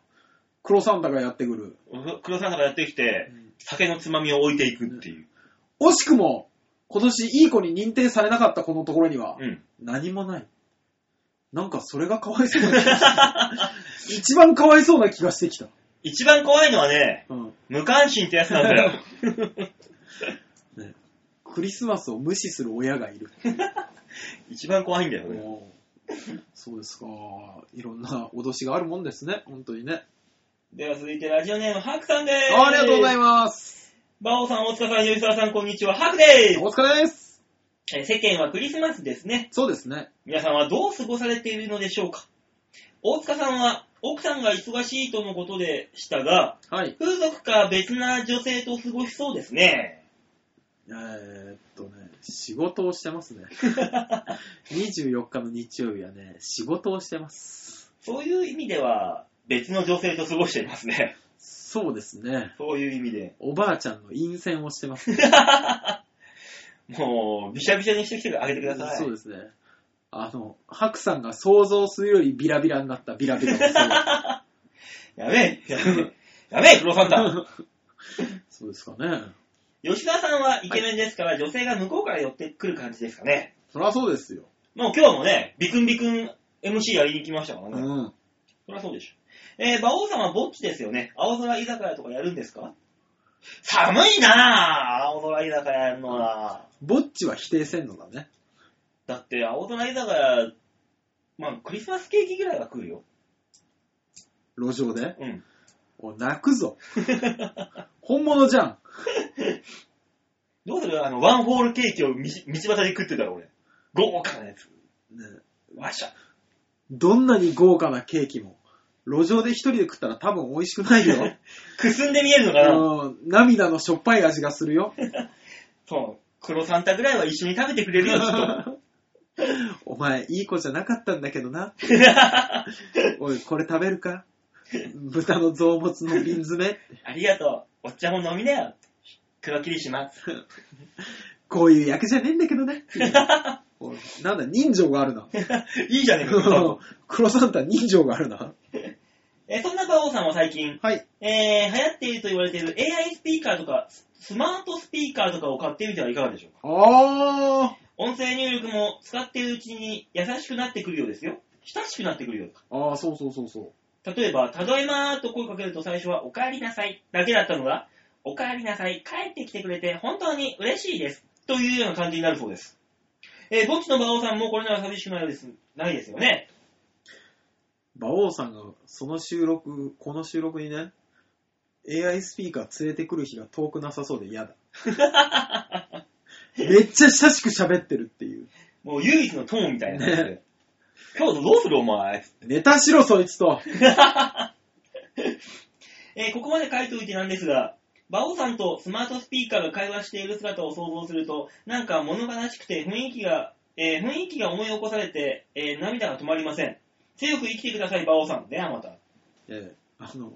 C: 黒サンタがやってくる。
B: 黒さんがやってきて、酒のつまみを置いていくっていう。
C: 惜しくも、今年いい子に認定されなかった子のところには、
B: うん。
C: 何もない。なんかそれがかわいそうな気が してきた。一番かわいそうな気がしてきた。
B: 一番怖いのはね、
C: うん。
B: 無関心ってやつなん だよ。
C: クリスマスを無視する親がいる。
B: 一番怖いんだよね。
C: おーそうですか。いろんな脅しがあるもんですね。本当にね。
B: では続いてラジオネーム、ハクさんでーす。
C: あありがとうござい
B: ま
C: ます。
B: す。バオさん、大塚さん、吉沢さん、こんにちは。ハクで
C: お疲れです。
B: す。えー世間はクリスマスですね。
C: そうですね。
B: 皆さんはどう過ごされているのでしょうか大塚さんは、奥さんが忙しいとのことでしたが、
C: はい。
B: 風俗か別な女性と過ごしそうですね。
C: えーっとね、仕事をして ますね。24日の日曜日はね、仕事をしてます。
B: そういう意味では、別の女性と過ごしています ね。
C: そうですね。
B: そういう意味で。
C: おばあちゃんの陰線をしてます、
B: もう、びしゃびしゃにしてきてあげてください。
C: そうですね。あの、ハクさんが想像するよりビラビラになったビラビラの
B: やめえ、やめえ、やめえ、黒サンタ。
C: そうですかね。
B: 吉沢さんはイケメンですから、女性が向こうから寄ってくる感じですかね。
C: そりゃそうですよ。
B: もう今日もね、ビクンビクン MC やりに来ましたから
C: う
B: ね。
C: ん。
B: そりゃそうでしょ。えー、馬王さんはぼっちですよね。青空居酒屋とかやるんですか寒いなぁ、青空居酒屋やるのは。
C: ぼっちは否定せんのだね。
B: だって、青空居酒屋、まあ、クリスマスケーキぐらいは食うよ。
C: 路上で。
B: うん。
C: お、泣くぞ。本物じゃん。
B: どうするあの、ワンホールケーキをみ道端で食ってたら俺。豪華なやつ。
C: ね
B: わっしゃ。
C: どんなに豪華なケーキも、路上で一人で食ったら多分美味しくないよ。
B: くすんで見えるのかな、
C: うん、涙のしょっぱい味がするよ。
B: そう。黒サンタぐらいは一緒に食べてくれるよ、き っと。
C: お前、いい子じゃなかったんだけど な。おい、これ食べるか豚の臓物の瓶詰め。
B: ありがとう。お茶も飲みなよ。黒霧島。
C: こういう役じゃねえんだけど ね。おいなんだ、人情がある な。
B: いいじゃねえか。
C: 黒サンタ人情があるな。
B: えそんな馬王さんは最近、
C: はい。
B: えー、流行っていると言われている AI スピーカーとか、ススマートスピーカーとかを買ってみてはいかがでしょうか
C: あ
B: 音声入力も使っているうちに優しくなってくるようですよ。親しくなってくるようだ
C: ー。あー、そうそうそうそう。
B: 例えば、ただいまーと声かけると最初はお帰りなさいだけだったのが、お帰りなさい、帰ってきてくれて本当に嬉しいです。というような感じになるそうです。えー、ぼっちの馬王さんもこれなら寂しくないです、ないですよね。
C: 馬王さんがその収録、この収録にね、AI スピーカー連れてくる日が遠くなさそうで 嫌だ。めっちゃ親しく喋ってるっていう。
B: もう唯一の友みたいな感じで。今日どうするお前。
C: ネタしろ、そいつと。
B: えーここまで書いておいてなんですが、馬王さんとスマートスピーカーが会話している姿を想像すると、なんか物悲しくて雰囲気が、えー雰囲気が思い起こされて、えー涙が止まりません。強く生きてください、馬王さん。ではま た。
C: ええあの、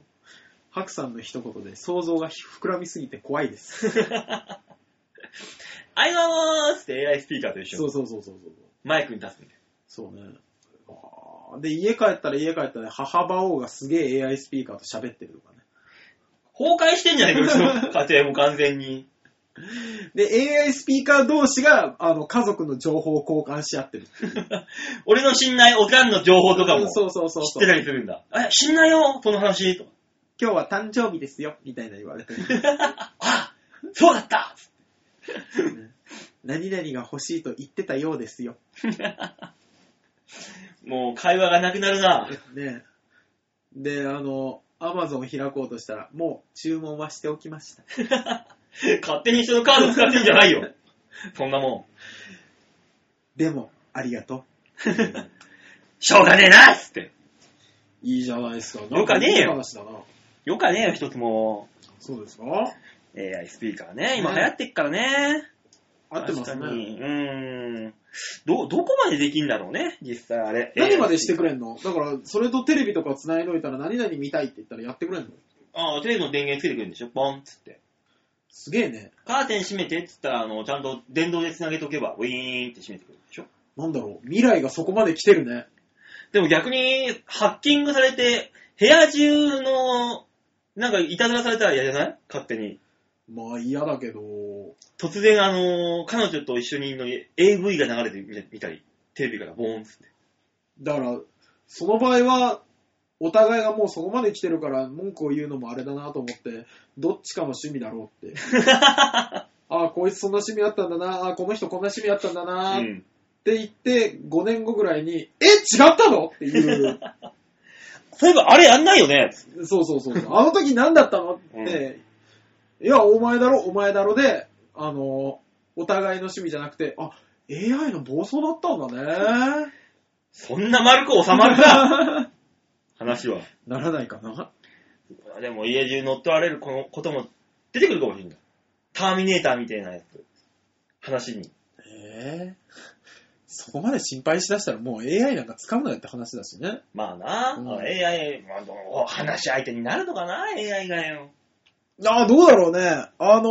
C: 白さんの一言で想像が膨らみすぎて怖いです。
B: あいまーすって AI スピーカーと一
C: そうそうそうそうそう。
B: マイクに立つんで。
C: そうね。あーで、家帰ったら家帰ったら母馬王がすげえ AI スピーカーと喋ってるとかね。
B: 崩壊してんじゃないか、うちの家庭も完全に。
C: で、AI スピーカー同士が、あの、家族の情報を交換し合ってる。
B: 俺の信頼、おかんの情報とかも
C: うん
B: 知
C: そ
B: っ
C: うそうそうそう
B: て。たりするんだ。え、信頼よ、この話。 と
C: 今日は誕生日ですよ、みたいな言われて。
B: あ、そうだった
C: 何々が欲しいと言ってたようですよ。
B: もう会話がなくなるな。
C: ねで、あの、アマゾン開こうとしたら、もう注文はしておきました。
B: 勝手に人のカード使ってんじゃないよ。そんなもん。
C: でも、ありがとう。
B: しょうがねえなっつって。
C: いいじゃないですか。
B: よかねえよ
C: いい話だな。
B: よかねえよ、一つも。
C: そうですか
B: AI スピーカーね。今
C: ね
B: 流行ってっからね。
C: 合ってます
B: 確か
C: ね。
B: にうーん。ど、どこまでできんだろうね、実際あれ。
C: 何までして
B: く
C: くれんのだから、それとテレビとか繋いどいたら何々見たいって言ったらやってくれんの
B: ああ、テレビの電源つけてくるんでしょポンっつって。
C: すげえね。
B: カーテン閉めてっつったら、あの、ちゃんと電動で繋げとけば、ウィーンって閉めてくるでしょ
C: なんだろう。未来がそこまで来てるね。
B: でも逆に、ハッキングされて、部屋中の、なんかいたずらされたら嫌じゃない勝手に。
C: まあ嫌だけど、
B: 突然、あのー彼女と一緒にいるのに AV が流れてみたみたり、テレビからボーンっつって。
C: だから、その場合は、お互いがもうそこまで来てるから、文句を言うのもあれだなと思って、どっちかの趣味だ ろうって。ああ、こいつそんな趣味あったんだな、ああ、この人こんな趣味あったんだな、
B: う
C: っ
B: ん。
C: て言って、5年後ぐらいに、え、違ったのって いう。
B: そういえば、あれやんないよねつって
C: そうそうそうそう。あの時何だったのって、いや、お前だろ、お前だろで、あの、お互いの趣味じゃなくて、あ、AI の暴走だったんだね。
B: そんな丸く収まる か話は。
C: ならないかな。
B: でも家中乗っ取られるこのことも出てくるかもしれない。ターミネーターみたいなやつ。話に。
C: ええそこまで心配しだしたらもう AI なんか使うなよって話だしね。
B: まあな、
C: うん
B: AI、まあどう、話し相手になるのかな、AI がよ。
C: ああ、どうだろうね。あのー、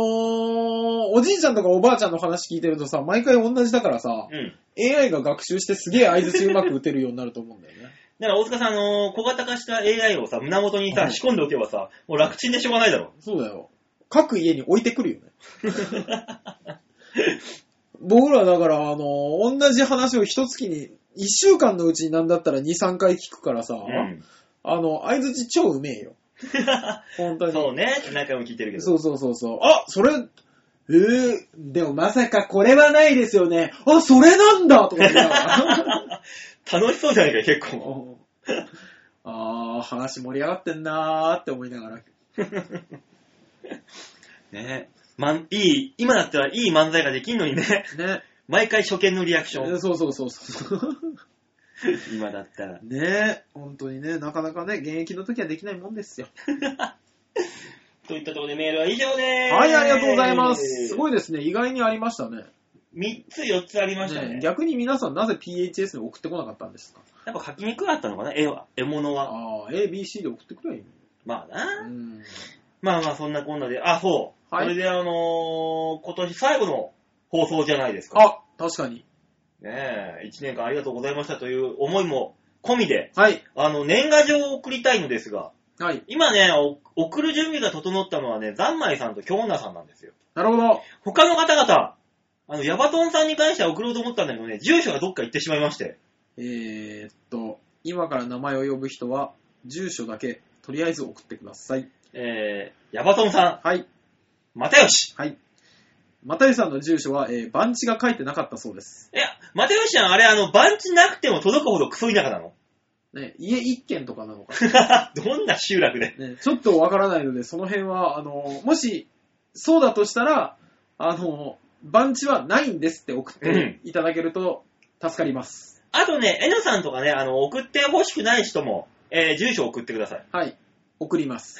C: おじいちゃんとかおばあちゃんの話聞いてるとさ、毎回同じだからさ、
B: うん。
C: AI が学習してすげえ合図うまく打てるようになると思うんだよね。
B: だから大塚さん、あの小型化した AI をさ、胸元に
C: う
B: さ、
C: ん
B: 仕込んでおけばさ、もう楽ちんでしょうがないだろ。
C: そうだよ。各家に置いてくるよね。 僕らだから、あのー同じ話を一月に、一週間のうちになんだったら2、3回聞くからさ、
B: うん。
C: あの、合図超うめえよ。本当に。
B: そうね。何回も聞いてるけど。
C: そうそうそうそう。あ、それ、えー、でもまさかこれはないですよね。あ、それなんだとか言った わ
B: 楽しそうじゃないか、結構。
C: うんあー、話盛り上がってんなーって思いながら。
B: ねまん、いい、今だったらいい漫才ができんのにね。
C: ね。
B: 毎回初見のリアクション。
C: そうそうそうそう。
B: 今だったら。
C: ね本当にね、なかなかね、現役の時はできないもんですよ。
B: といったところでメールは以上でーす。
C: はい、ありがとうございます。す
B: い。
C: ごいですね、意外にありましたね。
B: 3つ4つありましたね。
C: ね逆に皆さんなぜ PHS に送ってこなかったんですか
B: やっぱ書きにくかったのかな、絵は。絵物は。
C: あー、A、B、C で送ってくれよ。
B: まあな。
C: うん。
B: まあまあ、そんなこんなで。あ、そう。
C: はい
B: それであのー、今年最後の放送じゃないですか。
C: あ、確かに。
B: ねえ、1年間ありがとうございましたという思いも込みで、
C: はい。
B: あの、年賀状を送りたいのですが、
C: はい。
B: 今ね、お送る準備が整ったのはね、ざんまいさんと京奈さんなんですよ。
C: なるほど。
B: 他の方々、あの、ヤバトンさんに関しては送ろうと思ったんだけどね、住所がどっか行ってしまいまして。
C: えー、っと、今から名前を呼ぶ人は、住所だけ、とりあえず送ってください。
B: えー、ヤバトンさ
C: はい。
B: ん、又吉。
C: はい。又吉さんの住所は、えー、番地が書いてなかったそうです。
B: いや、又吉さん、あれ、あの、番地なくても届くほどクソ田舎なの。
C: ね、家一軒とかなのか。
B: どんな集落で。
C: ね、ちょっとわからないので、その辺は、あの、もし、そうだとしたら、あの、番地はないんですって送っていただけると助かります。
B: あとね、えのさんとかね、あの、送ってほしくない人も、えー、住所送ってください。
C: はい。送ります。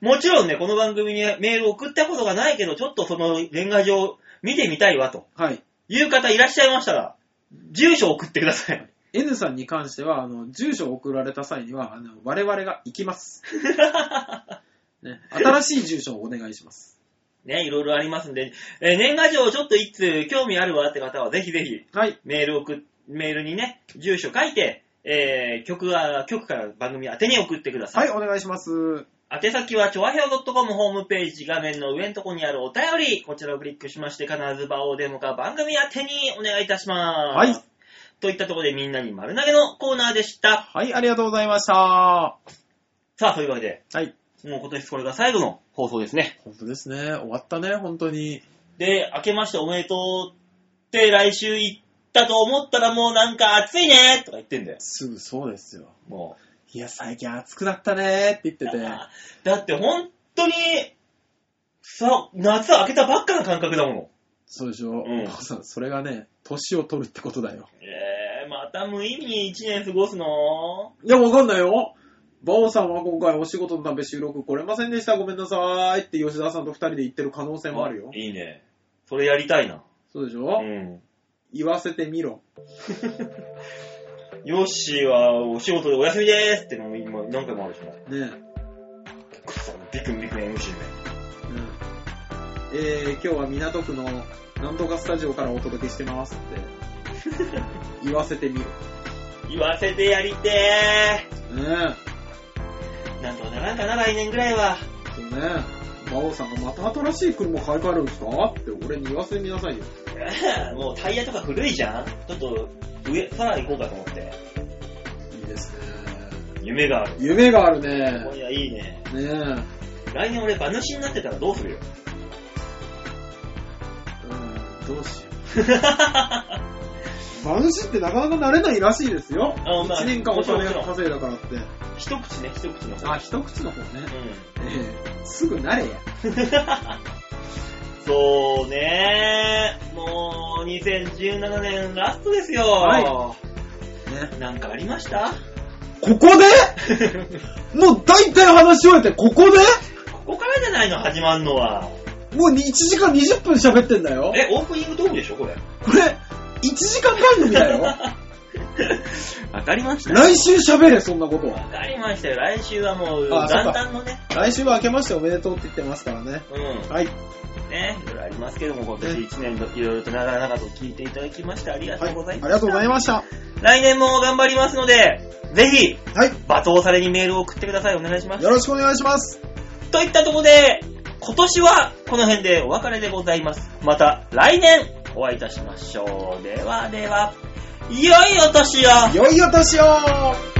B: もちろんね、この番組にメール送ったことがないけど、ちょっとその年賀状見てみたいわと
C: はい。
B: いう方いらっしゃいましたら、住所送ってください。
C: N さんに関しては、あの、住所を送られた際には、あの、我々が行き ます。ね、新しい住所をお願いします。
B: ね、いろいろありますんで、えー年賀状ちょっと一通興味あるわって方は、ぜひぜひ
C: はい。
B: メール送っ、メールにね、住所書いて、えー、曲は、曲から番組宛てに送ってくださ。
C: はいい、お願いします。
B: 宛先は、ちょわひょう .com ホームページ画面の上のとこにあるお便り、こちらをクリックしまして、必ず場をデモか番組宛てにお願いいたします。
C: はい。
B: といったところでみんなに丸投げのコーナーでした。
C: はい、ありがとうございました。は
B: さあ、というわけで、
C: い。
B: もう今年これが最後の放送ですね。
C: 本当ですね。終わったね、本当に。
B: で、明けましておめでとうって来週言ったと思ったらもうなんか暑いねとか言ってんだよ。
C: すぐそうですよ。
B: も
C: いや、最近暑くなったねって言って
B: う。
C: て。
B: だって本当に、さ、夏明けたばっかの感覚だもの。
C: そうでしょ。
B: うん
C: お父さん、それがね、年を取るってことだよ。
B: えー、また無意味に一年過ごすの
C: いや、わかんないよ。バオさんは今回お仕事のため収録来れませんでした。ごめんなさーいって吉田さんと二人で言ってる可能性もあるよ。
B: いいね。それやりたいな。
C: そうでしょ、
B: うん。
C: 言わせてみろ。
B: ヨッシーはお仕事でお休みでーすってのも今何回もあるしな。
C: ねえ。
B: くそビクンビクン MC ね。
C: うんえー、今日は港区のなんとかスタジオからお届けしてますって。 言わせてみろ。
B: 言わせてやりて
C: ね
B: ー。なんとかならんかな、来年ぐらいは。
C: え。そうね。馬王さんがまた新しい車買い替えるんですかって俺に言わせてみなさいよ。
B: もうタイヤとか古いじゃんちょっと、上、さらに行こうかと思って。
C: いいですね。
B: 夢がある。
C: 夢があるね。
B: 今夜いいね。
C: ねえ。
B: 来年俺馬主になってたらどうするよ。
C: うんどうしよ う。馬主ってなかなかなれないらしいですよ。
B: あまあ
C: 1年間お
B: もちろん
C: 金
B: もちろん
C: 稼いだからって。
B: 一口ね、一口の方。
C: あ、一口の方ね。
B: う
C: ええすぐなれや。
B: ん。そうねー。もう、2017年ラストですよ。
C: は
B: なんかありました
C: ここでもう大体話し終えて、ここで
B: ここからじゃないの、始まんのは。
C: もう1時間20分喋ってんだよ。
B: え、オープニングトークでしょ、これ。
C: これ、1時間番組だ よ。
B: わかりました。
C: 来週喋れ、そんなこと
B: わ
C: は。
B: かりましたよ。来週はもう、
C: あそっか
B: 元旦のね、
C: 来週は明けましておめでとうって言ってますからね。
B: うん、
C: はい。
B: ね、いろいろありますけども、今年1年いろいろと長々と聞いていただきまして、ありがとうござ
C: あ
B: い
C: り
B: ました。
C: がとうございました。は
B: 来年も頑張りますので、ぜひ、
C: い。
B: 罵倒されにメールを送ってください。お願いします
C: よ。ろしくお願いします。
B: といったところで、今年はこの辺でお別れでございます。また来年お会いいたしましょう。ではでは、良いお年を
C: 良いお年を